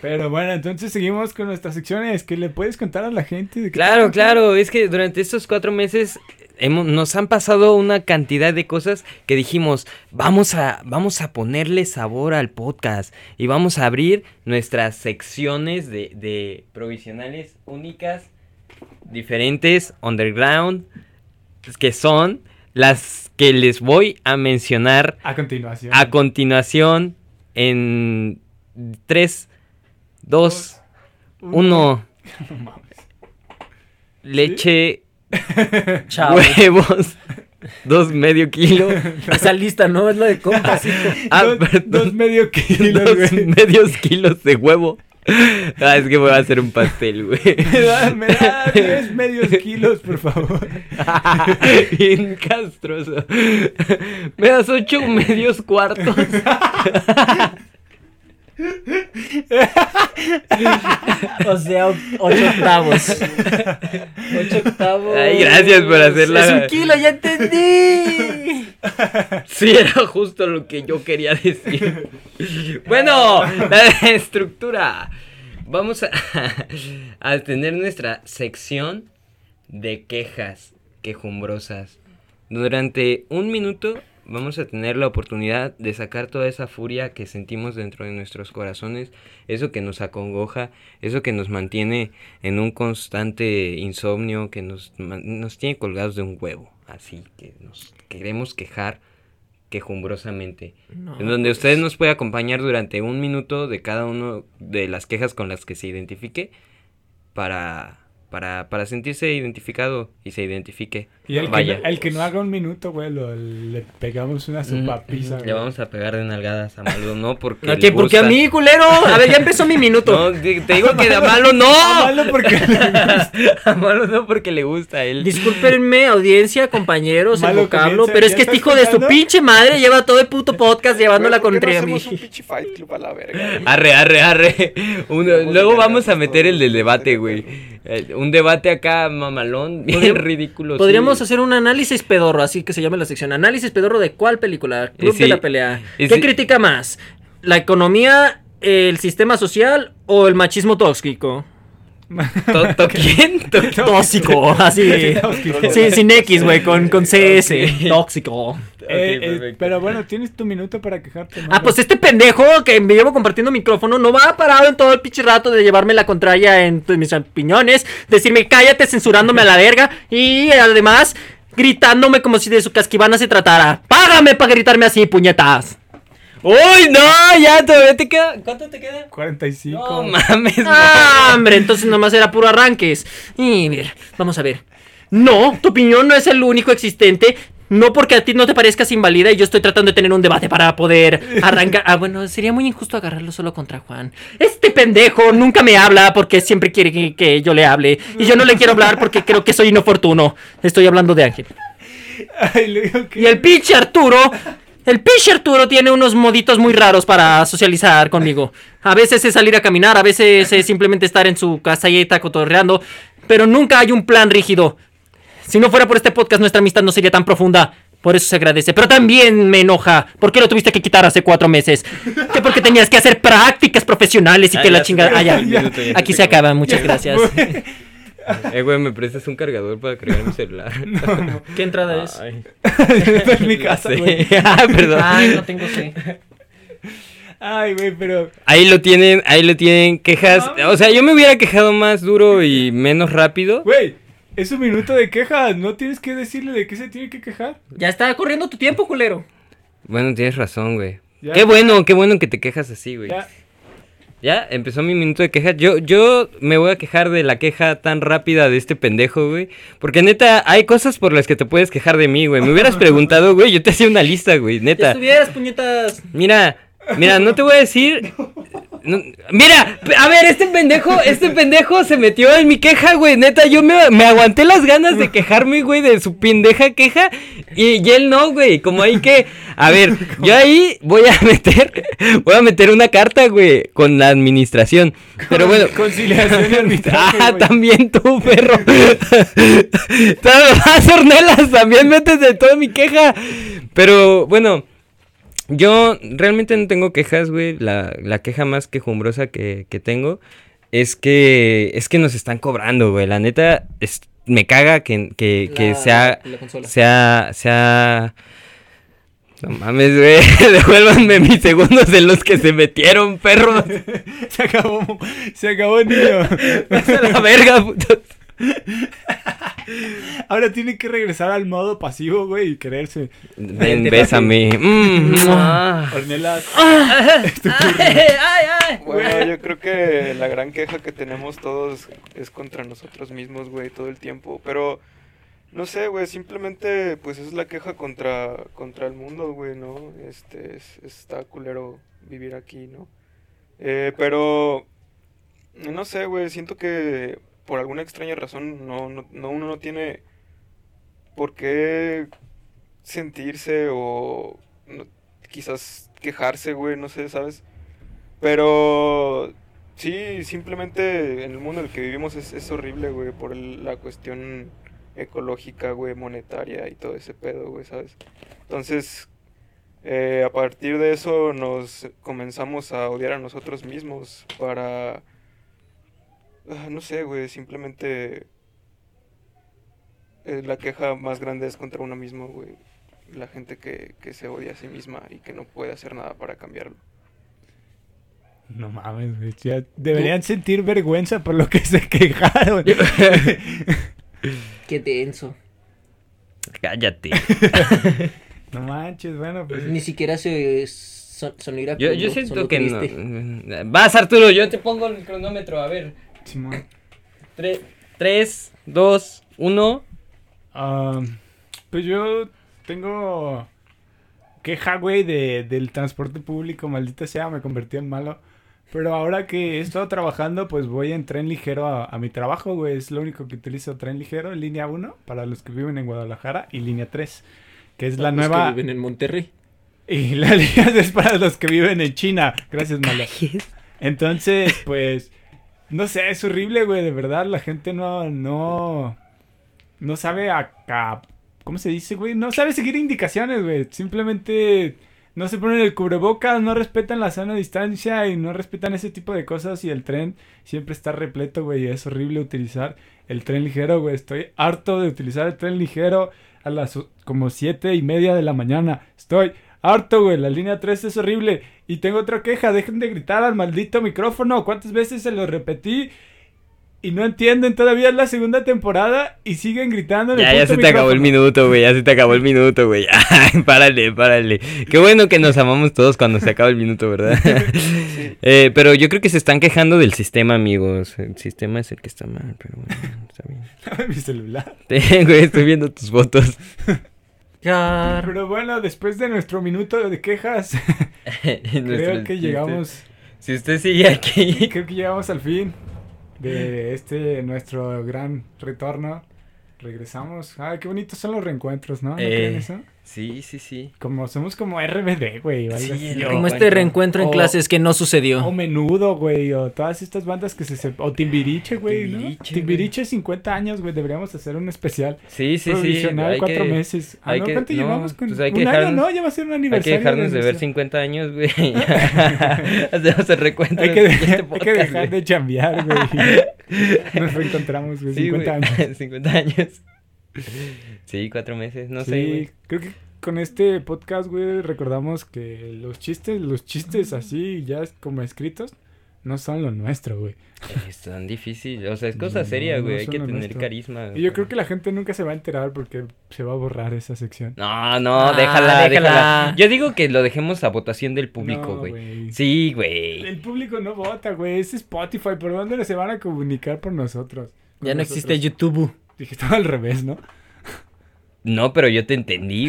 [SPEAKER 1] Pero bueno, entonces seguimos con nuestras secciones. ¿Qué le puedes contar a la gente? de qué
[SPEAKER 6] Claro,
[SPEAKER 1] te pasa?
[SPEAKER 6] claro, es que durante estos cuatro meses hemos- nos han pasado una cantidad de cosas que dijimos, vamos a, vamos a ponerle sabor al podcast y vamos a abrir nuestras secciones de, de provisionales únicas, diferentes, underground, que son las que les voy a mencionar
[SPEAKER 1] A continuación.
[SPEAKER 6] a continuación en 3, 2, 1.
[SPEAKER 1] No mames.
[SPEAKER 6] Leche,
[SPEAKER 2] Chao.
[SPEAKER 6] huevos, dos medio kilo,
[SPEAKER 2] Esa lista, ¿no? Es la de compas. hijo.
[SPEAKER 6] Ah,
[SPEAKER 1] dos,
[SPEAKER 6] perdón.
[SPEAKER 1] dos medio kilos,
[SPEAKER 6] dos
[SPEAKER 1] güey.
[SPEAKER 6] medios kilos de huevo. Ah, es que voy a hacer un pastel, güey.
[SPEAKER 1] Me da, me da tres medios kilos, por favor.
[SPEAKER 6] Bien castroso. Me das ocho medios cuartos.
[SPEAKER 2] O sea, o- ocho octavos. Ocho octavos.
[SPEAKER 6] Ay, gracias por hacerla.
[SPEAKER 2] Es un kilo, ya entendí.
[SPEAKER 6] Sí, era justo lo que yo quería decir. Bueno, la estructura. Vamos a, a tener nuestra sección de quejas quejumbrosas. Durante un minuto vamos a tener la oportunidad de sacar toda esa furia que sentimos dentro de nuestros corazones, eso que nos acongoja, eso que nos mantiene en un constante insomnio, que nos, man- nos tiene colgados de un huevo. Así que nos queremos quejar quejumbrosamente.
[SPEAKER 2] Ah,
[SPEAKER 6] En donde usted nos puede acompañar durante un minuto de cada uno de las quejas con las que se identifique para, para, para sentirse identificado y se identifique.
[SPEAKER 1] Y el,
[SPEAKER 6] Vaya.
[SPEAKER 1] que, no- el que no haga un minuto, güey, lo- le pegamos una sopa pizza,
[SPEAKER 6] Le mm, vamos a pegar de nalgadas a Malo, no porque.
[SPEAKER 2] ¿A
[SPEAKER 6] le
[SPEAKER 2] quién? Porque a
[SPEAKER 6] gusta.
[SPEAKER 2] mí, culero. A ver, ya empezó mi minuto.
[SPEAKER 6] No, te, te digo que a Malo no.
[SPEAKER 1] Malo porque le-
[SPEAKER 6] A Malo no porque le gusta a él.
[SPEAKER 2] Discúlpenme, audiencia, compañeros, el
[SPEAKER 1] Malo
[SPEAKER 2] vocablo,
[SPEAKER 1] comienza,
[SPEAKER 2] pero es
[SPEAKER 1] ¿ya
[SPEAKER 2] que este
[SPEAKER 1] estás
[SPEAKER 2] hijo de su
[SPEAKER 1] escuchando?
[SPEAKER 2] pinche madre lleva todo el puto podcast llevándola
[SPEAKER 4] Güey, ¿por qué
[SPEAKER 2] contra
[SPEAKER 4] no
[SPEAKER 2] mí.
[SPEAKER 4] hacemos un pinche fight club a la verga.
[SPEAKER 6] Arre, arre, arre.
[SPEAKER 4] Vamos
[SPEAKER 6] Uno-
[SPEAKER 4] a
[SPEAKER 6] luego
[SPEAKER 4] tener
[SPEAKER 6] vamos a
[SPEAKER 4] gastos
[SPEAKER 6] meter el del
[SPEAKER 4] todos.
[SPEAKER 6] debate, güey. Eh, Un debate acá mamalón, bien
[SPEAKER 2] Podríamos-
[SPEAKER 6] ridículo. sí.
[SPEAKER 2] Podríamos hacer un análisis pedorro, así que se llama la sección. Análisis pedorro de cuál película, Club
[SPEAKER 6] Y
[SPEAKER 2] de
[SPEAKER 6] sí,
[SPEAKER 2] la pelea.
[SPEAKER 6] y
[SPEAKER 2] ¿Qué
[SPEAKER 6] sí.
[SPEAKER 2] critica más? ¿La economía, el sistema social o el machismo tóxico?
[SPEAKER 6] ¿To- to- ¿Quién? To-
[SPEAKER 2] Tóxico, así. Sí, sin X, güey, con, con CS. Tóxico.
[SPEAKER 1] Eh, eh,
[SPEAKER 6] perfecto.
[SPEAKER 1] pero bueno, tienes tu minuto para quejarte.
[SPEAKER 2] Ah, pues este pendejo que me llevo compartiendo micrófono no va parado en todo el pinche rato de llevarme la contraria en tu- mis opiniones, decirme cállate censurándome a la verga y además gritándome como si de su casquivana se tratara. Págame para gritarme así, puñetas.
[SPEAKER 6] ¡Uy, no! Ya todavía te queda. ¿Cuánto te queda?
[SPEAKER 1] 45.
[SPEAKER 6] No mames,
[SPEAKER 2] Ah, hombre, entonces nomás era puro arranques. Y mira, vamos a ver. No, tu opinión no es el único existente. No porque a ti no te parezcas inválida y yo estoy tratando de tener un debate para poder arrancar. Ah, bueno, sería muy injusto agarrarlo solo contra Juan. Este pendejo nunca me habla porque siempre quiere que, que yo le hable. Y yo no le quiero hablar porque creo que soy inoportuno. Estoy hablando de Ángel.
[SPEAKER 1] Ay, le digo que-
[SPEAKER 2] Y el pinche Arturo. El pinche Arturo tiene unos moditos muy raros para socializar conmigo. A veces es salir a caminar, a veces es simplemente estar en su casa y está cotorreando. Pero nunca hay un plan rígido. Si no fuera por este podcast, nuestra amistad no sería tan profunda. Por eso se agradece. Pero también me enoja. ¿Por qué lo tuviste que quitar hace cuatro meses? Que porque tenías que hacer prácticas profesionales y
[SPEAKER 6] Ah,
[SPEAKER 2] que la
[SPEAKER 6] ya se
[SPEAKER 2] chingada. Ah,
[SPEAKER 6] acabó
[SPEAKER 2] ya.
[SPEAKER 6] el minuto, ya
[SPEAKER 2] Aquí
[SPEAKER 6] se
[SPEAKER 2] se
[SPEAKER 6] acabó.
[SPEAKER 2] acaba. Muchas gracias.
[SPEAKER 6] Eh, güey, ¿me prestas un cargador para cargar mi celular?
[SPEAKER 2] ¿Qué entrada
[SPEAKER 6] Ay,
[SPEAKER 1] Estoy en mi casa,
[SPEAKER 6] sí.
[SPEAKER 1] güey.
[SPEAKER 6] Ah, perdón.
[SPEAKER 2] tengo que.
[SPEAKER 1] Ay, güey, pero.
[SPEAKER 6] Ahí lo tienen, ahí lo tienen, quejas. O sea, yo me hubiera quejado más duro y menos rápido.
[SPEAKER 1] Güey, es un minuto de quejas. No tienes que decirle de qué se tiene que quejar.
[SPEAKER 2] Ya está corriendo tu tiempo, culero.
[SPEAKER 6] Bueno, tienes razón, güey.
[SPEAKER 1] Ya.
[SPEAKER 6] Qué bueno, qué bueno que te quejas así, güey.
[SPEAKER 1] Ya.
[SPEAKER 6] Ya empezó mi minuto de queja. Yo, yo me voy a quejar de la queja tan rápida de este pendejo, güey. Porque neta, hay cosas por las que te puedes quejar de mí, güey. Me hubieras preguntado, güey. Yo te hacía una lista, güey.
[SPEAKER 2] Ya
[SPEAKER 6] Neta.
[SPEAKER 2] estuvieras, puñetas.
[SPEAKER 6] Mira, mira, no te voy a decir. no- mira, p- a ver, este pendejo, este pendejo se metió en mi queja, güey. Neta, yo me, me aguanté las ganas de quejarme, güey, de su pendeja queja. Y, y él no, güey. Como hay que. A ver, yo ahí voy a meter. Voy a meter una carta, güey, con la administración. Pero bueno.
[SPEAKER 1] Conciliación y arbitraje.
[SPEAKER 6] Ah,
[SPEAKER 1] güey.
[SPEAKER 6] también tú, perro. Más hornelas, también metes de toda mi queja. Pero bueno, yo realmente no tengo quejas, güey. La, la queja más quejumbrosa que, que tengo es que es que nos están cobrando, güey. La neta, es- me caga que, que, que
[SPEAKER 2] La-
[SPEAKER 6] sea,
[SPEAKER 2] la consola.
[SPEAKER 6] sea, sea... No mames, güey. Devuélvanme mis segundos en los que se metieron, perros.
[SPEAKER 1] Se acabó, se acabó, niño.
[SPEAKER 6] Vete a la verga, putos.
[SPEAKER 1] Ahora tiene que regresar al modo pasivo, güey, y creerse.
[SPEAKER 6] Ven, bésame. Mm,
[SPEAKER 2] Ah.
[SPEAKER 6] mua.
[SPEAKER 1] Ornelas.
[SPEAKER 4] Bueno, yo creo que la gran queja que tenemos todos es contra nosotros mismos, güey, todo el tiempo. Pero, no sé, güey, simplemente, pues es la queja contra, contra el mundo, güey, ¿no? Este, es- está culero vivir aquí, ¿no? Eh, pero, no sé, güey, siento que por alguna extraña razón no, no, no- uno no tiene por qué sentirse o no- quizás quejarse, güey, no sé, ¿sabes? Pero sí, simplemente en el mundo en el que vivimos es, es horrible, güey, por el- la cuestión ecológica, güey, monetaria y todo ese pedo, güey, ¿sabes? Entonces, eh, a partir de eso nos comenzamos a odiar a nosotros mismos para... ah, No sé, güey, simplemente... eh, la queja más grande es contra uno mismo, güey. La gente que, que se odia a sí misma y que no puede hacer nada para cambiarlo.
[SPEAKER 1] No mames, güey. ya deberían sentir vergüenza por lo que se quejaron.
[SPEAKER 2] Qué denso.
[SPEAKER 6] Cállate.
[SPEAKER 1] no manches, bueno, pues.
[SPEAKER 2] Ni siquiera se son, sonó iracundo,
[SPEAKER 6] Yo, yo
[SPEAKER 2] sonó
[SPEAKER 6] siento que no.
[SPEAKER 2] triste.
[SPEAKER 6] Vas, Arturo, yo te pongo el cronómetro. A ver.
[SPEAKER 1] Simón.
[SPEAKER 6] Tre- tres, dos, uno.
[SPEAKER 1] Ah, pues yo tengo queja, güey, de, del transporte público, maldita sea, me convertí en malo. Pero ahora que he estado trabajando, pues voy en tren ligero a, a mi trabajo, güey. Es lo único que utilizo, tren ligero, línea 1, para los que viven en Guadalajara, y línea 3, que es la
[SPEAKER 2] Los que
[SPEAKER 1] nueva...
[SPEAKER 2] viven en Monterrey.
[SPEAKER 1] Y la línea 3 es para los que viven en China. Gracias, malo. Entonces, pues, no sé, es horrible, güey, de verdad, la gente no, no, no sabe acá, ¿cómo se dice, güey? No sabe seguir indicaciones, güey, simplemente no se ponen el cubrebocas, no respetan la sana distancia y no respetan ese tipo de cosas y el tren siempre está repleto, güey, y es horrible utilizar el tren ligero, güey, estoy harto de utilizar el tren ligero a las o- como siete y media de la mañana, estoy Harto, güey, la línea 3 es horrible. Y tengo otra queja, dejen de gritar al maldito micrófono. ¿Cuántas veces se lo repetí? Y no entienden, todavía es la segunda temporada y siguen gritando. en el
[SPEAKER 6] Ya, ya
[SPEAKER 1] puto
[SPEAKER 6] se te acabó el
[SPEAKER 1] micrófono.
[SPEAKER 6] minuto, güey. Ya se te acabó el minuto, güey. Ay, párale, párale. Qué bueno que nos amamos todos cuando se acaba el minuto, ¿verdad?
[SPEAKER 4] Sí.
[SPEAKER 6] Eh, pero yo creo que se están quejando del sistema, amigos. El sistema es el que está mal, pero bueno, está bien.
[SPEAKER 1] Mi celular.
[SPEAKER 6] Te- güey, estoy viendo tus fotos.
[SPEAKER 2] Car-
[SPEAKER 1] Pero bueno, después de nuestro minuto de quejas, creo que llegamos.
[SPEAKER 6] Si usted sigue aquí.
[SPEAKER 1] Creo que llegamos al fin de este nuestro gran retorno. Regresamos. Ay, qué bonitos son los reencuentros, ¿no? ¿No creen
[SPEAKER 6] Eh,
[SPEAKER 1] eso?
[SPEAKER 6] Sí, sí, sí.
[SPEAKER 1] Como somos como RBD, güey. o algo
[SPEAKER 6] Sí,
[SPEAKER 1] así,
[SPEAKER 6] el
[SPEAKER 1] o-
[SPEAKER 2] Como este reencuentro en
[SPEAKER 1] Oh.
[SPEAKER 2] clases que no
[SPEAKER 1] O
[SPEAKER 2] sucedió.
[SPEAKER 1] Menudo, güey, o todas estas bandas que se... sep- O Timbiriche, güey, ¿no?
[SPEAKER 6] Timbiriche,
[SPEAKER 1] Timbiriche, 50 años, güey, deberíamos hacer un especial.
[SPEAKER 6] Sí, sí, sí.
[SPEAKER 1] provisional,
[SPEAKER 6] hay
[SPEAKER 1] cuatro
[SPEAKER 6] que-
[SPEAKER 1] meses. Ah,
[SPEAKER 6] hay
[SPEAKER 1] no,
[SPEAKER 6] que-
[SPEAKER 1] ¿cuánto
[SPEAKER 6] no,
[SPEAKER 1] llevamos con...?
[SPEAKER 6] pues hay que
[SPEAKER 1] un año,
[SPEAKER 6] dejarnos-
[SPEAKER 1] no, ya va a ser un
[SPEAKER 6] Hay que
[SPEAKER 1] aniversario.
[SPEAKER 6] dejarnos de ver
[SPEAKER 1] nuestro-
[SPEAKER 6] 50 años, güey. Hacemos el recuento.
[SPEAKER 1] Hay que,
[SPEAKER 6] del siguiente
[SPEAKER 1] de- hay que
[SPEAKER 6] este podcast,
[SPEAKER 1] dejar
[SPEAKER 6] güey.
[SPEAKER 1] de chambear, güey. Nos reencontramos, güey,
[SPEAKER 6] Sí,
[SPEAKER 1] 50
[SPEAKER 6] güey,
[SPEAKER 1] años.
[SPEAKER 6] 50 años. Sí, cuatro meses, no sé,
[SPEAKER 1] Sí,
[SPEAKER 6] güey.
[SPEAKER 1] creo que con este podcast, güey, recordamos que los chistes, los chistes así ya es- como escritos, no son lo nuestro, güey.
[SPEAKER 6] Es tan difícil. O sea, es
[SPEAKER 1] No,
[SPEAKER 6] cosa
[SPEAKER 1] no
[SPEAKER 6] seria, güey. Hay
[SPEAKER 1] son
[SPEAKER 6] que
[SPEAKER 1] lo
[SPEAKER 6] tener
[SPEAKER 1] nuestro.
[SPEAKER 6] carisma.
[SPEAKER 1] Y yo creo que la gente nunca se va a enterar porque se va a borrar esa sección.
[SPEAKER 6] No, no,
[SPEAKER 2] Ah,
[SPEAKER 6] déjala,
[SPEAKER 2] déjala.
[SPEAKER 6] déjala. Yo digo que lo dejemos a votación del público,
[SPEAKER 1] No,
[SPEAKER 6] güey. sí, güey.
[SPEAKER 1] El público no vota, güey. Es Spotify. ¿Por dónde se van a comunicar por nosotros? Con
[SPEAKER 2] Ya no
[SPEAKER 1] nosotros.
[SPEAKER 2] existe YouTube.
[SPEAKER 1] Dije, estaba al revés, ¿no?
[SPEAKER 6] No, pero yo te entendí,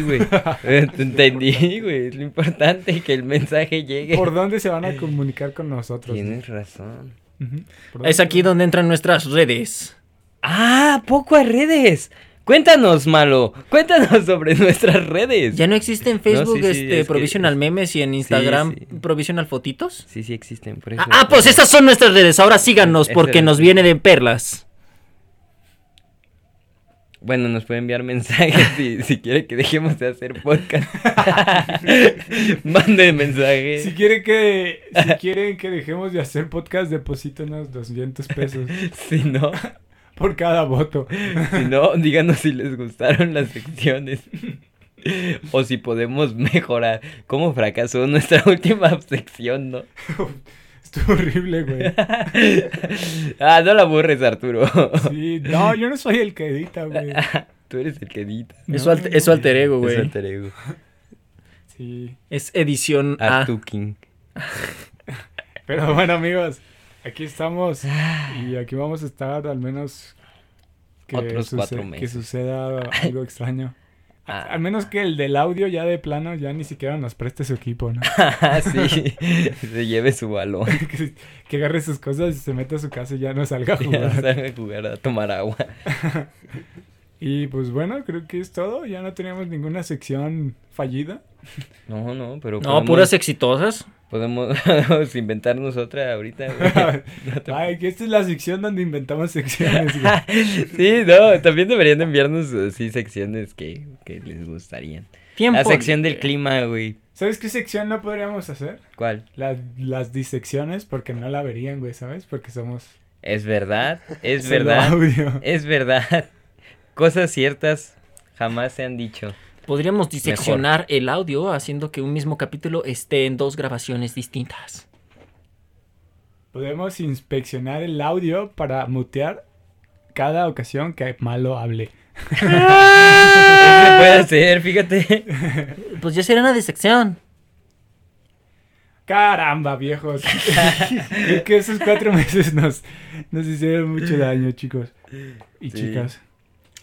[SPEAKER 6] güey. Eh, te entendí, güey. Es lo importante que el mensaje llegue.
[SPEAKER 1] ¿Por dónde se van a comunicar con nosotros?
[SPEAKER 6] Tienes razón.
[SPEAKER 1] Ujú. ¿Por dónde
[SPEAKER 2] Es
[SPEAKER 1] se
[SPEAKER 2] aquí
[SPEAKER 1] van?
[SPEAKER 2] donde entran nuestras redes.
[SPEAKER 6] Ah, poco a redes. Cuéntanos, malo. Cuéntanos sobre nuestras redes.
[SPEAKER 2] Ya no existe en Facebook
[SPEAKER 6] sí, sí,
[SPEAKER 2] este
[SPEAKER 6] es que-
[SPEAKER 2] Provisional Memes y en Instagram
[SPEAKER 6] sí.
[SPEAKER 2] Provisional Fotitos.
[SPEAKER 6] Sí, sí existen, por eso.
[SPEAKER 2] Ah, ah, pues esas son nuestras redes. Ahora síganos
[SPEAKER 6] Esas
[SPEAKER 2] porque
[SPEAKER 6] son
[SPEAKER 2] nos
[SPEAKER 6] las
[SPEAKER 2] viene de perlas.
[SPEAKER 6] Bueno, nos puede enviar mensajes si, si quiere que dejemos de hacer podcast. Mande mensajes.
[SPEAKER 1] Si quieren que, si quieren que dejemos de hacer podcast, deposítenos 200 pesos
[SPEAKER 6] Si no,
[SPEAKER 1] por cada voto.
[SPEAKER 6] si no, díganos si les gustaron las secciones. O si podemos mejorar. ¿Cómo fracasó nuestra última sección, no?
[SPEAKER 1] Estuvo horrible, güey.
[SPEAKER 6] Ah, no la borres, Arturo.
[SPEAKER 1] Sí, no, yo no soy el que edita, güey.
[SPEAKER 6] Tú eres el que edita.
[SPEAKER 1] No,
[SPEAKER 2] Eso
[SPEAKER 1] no,
[SPEAKER 2] alter, eso
[SPEAKER 1] no.
[SPEAKER 2] alter ego,
[SPEAKER 6] Es
[SPEAKER 2] güey.
[SPEAKER 6] alter ego.
[SPEAKER 1] Sí.
[SPEAKER 2] Es edición
[SPEAKER 6] Ah.
[SPEAKER 2] A.
[SPEAKER 6] Artuking.
[SPEAKER 1] Pero bueno, amigos, aquí estamos y aquí vamos a estar al menos que,
[SPEAKER 6] Otros cuatro
[SPEAKER 1] suce- que
[SPEAKER 6] meses.
[SPEAKER 1] suceda algo extraño.
[SPEAKER 6] Ah.
[SPEAKER 1] Al menos que el del audio ya de plano ya ni siquiera nos preste su equipo, ¿no?
[SPEAKER 6] Ah, sí. Se lleve su balón.
[SPEAKER 1] que, que agarre sus cosas y se meta a su casa y ya no salga a
[SPEAKER 6] Ya
[SPEAKER 1] jugar.
[SPEAKER 6] sabe jugar a tomar agua.
[SPEAKER 1] Y pues bueno, creo que es todo. Ya no teníamos ninguna sección fallida.
[SPEAKER 6] No, no, pero.
[SPEAKER 2] No,
[SPEAKER 6] podemos-
[SPEAKER 2] puras exitosas.
[SPEAKER 6] Podemos inventarnos otra ahorita, güey. No te-
[SPEAKER 1] Ay, que esta es la sección donde inventamos secciones. güey.
[SPEAKER 6] Sí, no, también deberían de enviarnos así secciones que, que les gustarían.
[SPEAKER 2] Tiempo.
[SPEAKER 6] La sección del clima, güey.
[SPEAKER 1] ¿Sabes qué sección no podríamos hacer?
[SPEAKER 6] ¿Cuál?
[SPEAKER 1] Las, las disecciones, porque no la verían, güey, ¿sabes? Porque somos...
[SPEAKER 6] Es verdad, es
[SPEAKER 1] solo
[SPEAKER 6] verdad,
[SPEAKER 1] audio.
[SPEAKER 6] es verdad. Cosas ciertas jamás se han dicho.
[SPEAKER 2] Podríamos diseccionar el audio haciendo que un mismo capítulo esté en dos grabaciones distintas.
[SPEAKER 1] Podemos inspeccionar el audio para mutear cada ocasión que malo hable.
[SPEAKER 6] Sí se puede hacer, fíjate.
[SPEAKER 2] Pues ya será una disección.
[SPEAKER 1] Caramba, viejos. Creo que esos cuatro meses nos, nos hicieron mucho daño, chicos y
[SPEAKER 6] Sí.
[SPEAKER 1] chicas.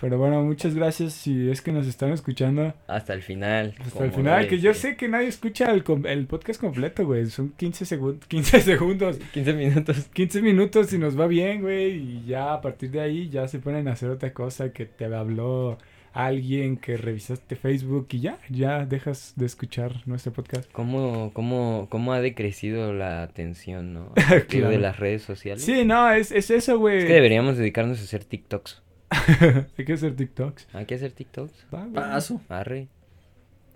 [SPEAKER 1] Pero bueno, muchas gracias si es que nos están escuchando
[SPEAKER 6] Hasta el final.
[SPEAKER 1] hasta
[SPEAKER 6] como
[SPEAKER 1] el final.
[SPEAKER 6] debe
[SPEAKER 1] Que yo
[SPEAKER 6] ser.
[SPEAKER 1] sé que nadie escucha el, com- el podcast completo, güey. Son 15, segun- 15 segundos,
[SPEAKER 6] 15 minutos.
[SPEAKER 1] 15 minutos y nos va bien, güey. Y ya a partir de ahí ya se ponen a hacer otra cosa que te habló alguien que revisaste Facebook y ya, ya dejas de escuchar nuestro podcast.
[SPEAKER 6] ¿Cómo, cómo, cómo ha decrecido la atención, no? A partir de
[SPEAKER 1] Claro.
[SPEAKER 6] las redes sociales.
[SPEAKER 1] Sí, no, es, es eso, güey.
[SPEAKER 6] Es que deberíamos dedicarnos a hacer TikToks.
[SPEAKER 1] Hay que hacer TikToks.
[SPEAKER 6] ¿Hay que hacer TikToks?
[SPEAKER 1] Va, güey.
[SPEAKER 6] Arre.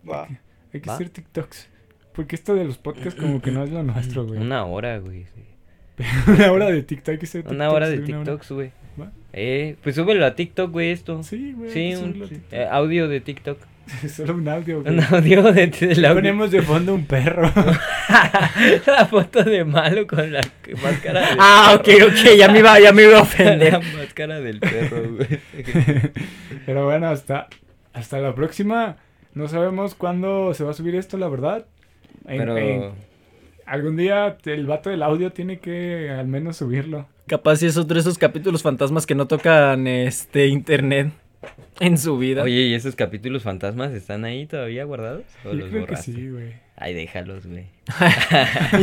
[SPEAKER 4] Va.
[SPEAKER 1] Hay que
[SPEAKER 6] ¿Va?
[SPEAKER 1] hacer TikToks. Porque esto de los podcasts como que no es lo nuestro, güey. Una,
[SPEAKER 6] Una hora, güey. sí.
[SPEAKER 1] hora de TikTok, hay que hacer
[SPEAKER 6] Una hora de
[SPEAKER 1] TikToks, una
[SPEAKER 6] TikToks, güey.
[SPEAKER 1] ¿Va?
[SPEAKER 6] Eh, pues súbelo a TikTok, güey, esto. Sí,
[SPEAKER 1] Sí, güey. hay que
[SPEAKER 6] un
[SPEAKER 1] subirlo a TikTok.
[SPEAKER 6] eh, audio de TikTok.
[SPEAKER 1] Solo un audio, güey.
[SPEAKER 6] Un audio de, del audio.
[SPEAKER 1] Ponemos de fondo un perro.
[SPEAKER 6] la foto de malo con la c- máscara del
[SPEAKER 2] Ah, ok, ok, ya me iba, ya me iba a
[SPEAKER 6] La
[SPEAKER 2] ofender.
[SPEAKER 6] máscara del perro, güey.
[SPEAKER 1] Pero bueno, hasta, hasta la próxima. No sabemos cuándo se va a subir esto, la verdad. En- en-
[SPEAKER 6] Pero
[SPEAKER 1] algún día el vato del audio tiene que al menos subirlo.
[SPEAKER 2] Capaz si es otro de esos capítulos fantasmas que no tocan este internet en su vida.
[SPEAKER 6] Oye, ¿y esos capítulos fantasmas están ahí todavía guardados? ¿O
[SPEAKER 1] Yo
[SPEAKER 6] los
[SPEAKER 1] creo que
[SPEAKER 6] borraste?
[SPEAKER 1] sí, güey.
[SPEAKER 6] Ay, déjalos, güey.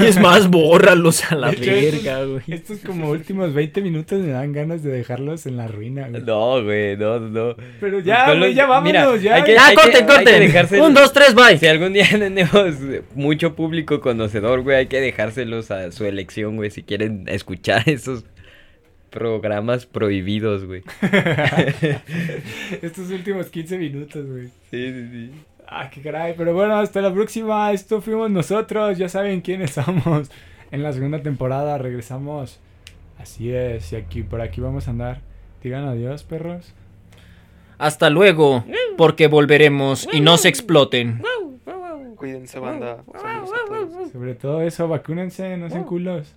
[SPEAKER 2] Y es más, bórralos a la
[SPEAKER 1] De hecho, estos-
[SPEAKER 2] verga, güey.
[SPEAKER 1] Estos como últimos 20 minutos me dan ganas de dejarlos en la ruina, güey.
[SPEAKER 6] No, güey, no, no.
[SPEAKER 1] Pero ya,
[SPEAKER 6] Con
[SPEAKER 1] güey,
[SPEAKER 6] los-
[SPEAKER 1] ya vámonos,
[SPEAKER 6] mira,
[SPEAKER 1] ya.
[SPEAKER 6] hay que-
[SPEAKER 2] Ya,
[SPEAKER 6] hay
[SPEAKER 2] corten,
[SPEAKER 6] que
[SPEAKER 2] corten.
[SPEAKER 6] dejarse-
[SPEAKER 2] Un, dos, tres, bye.
[SPEAKER 6] Si algún día tenemos mucho público conocedor, güey, hay que dejárselos a su elección, güey, si quieren escuchar esos programas prohibidos, güey.
[SPEAKER 1] Estos últimos 15 minutos, güey.
[SPEAKER 6] Sí, sí, sí.
[SPEAKER 1] Ah, qué caray. Pero bueno, hasta la próxima. Esto fuimos nosotros. Ya saben quiénes somos. En la segunda temporada regresamos. Así es. Y aquí, por aquí vamos a andar. Digan adiós, perros.
[SPEAKER 2] Hasta luego, porque volveremos y no se exploten.
[SPEAKER 4] Cuídense, banda. Saludos a todos.
[SPEAKER 1] Sobre todo eso, vacúnense, no sean culos.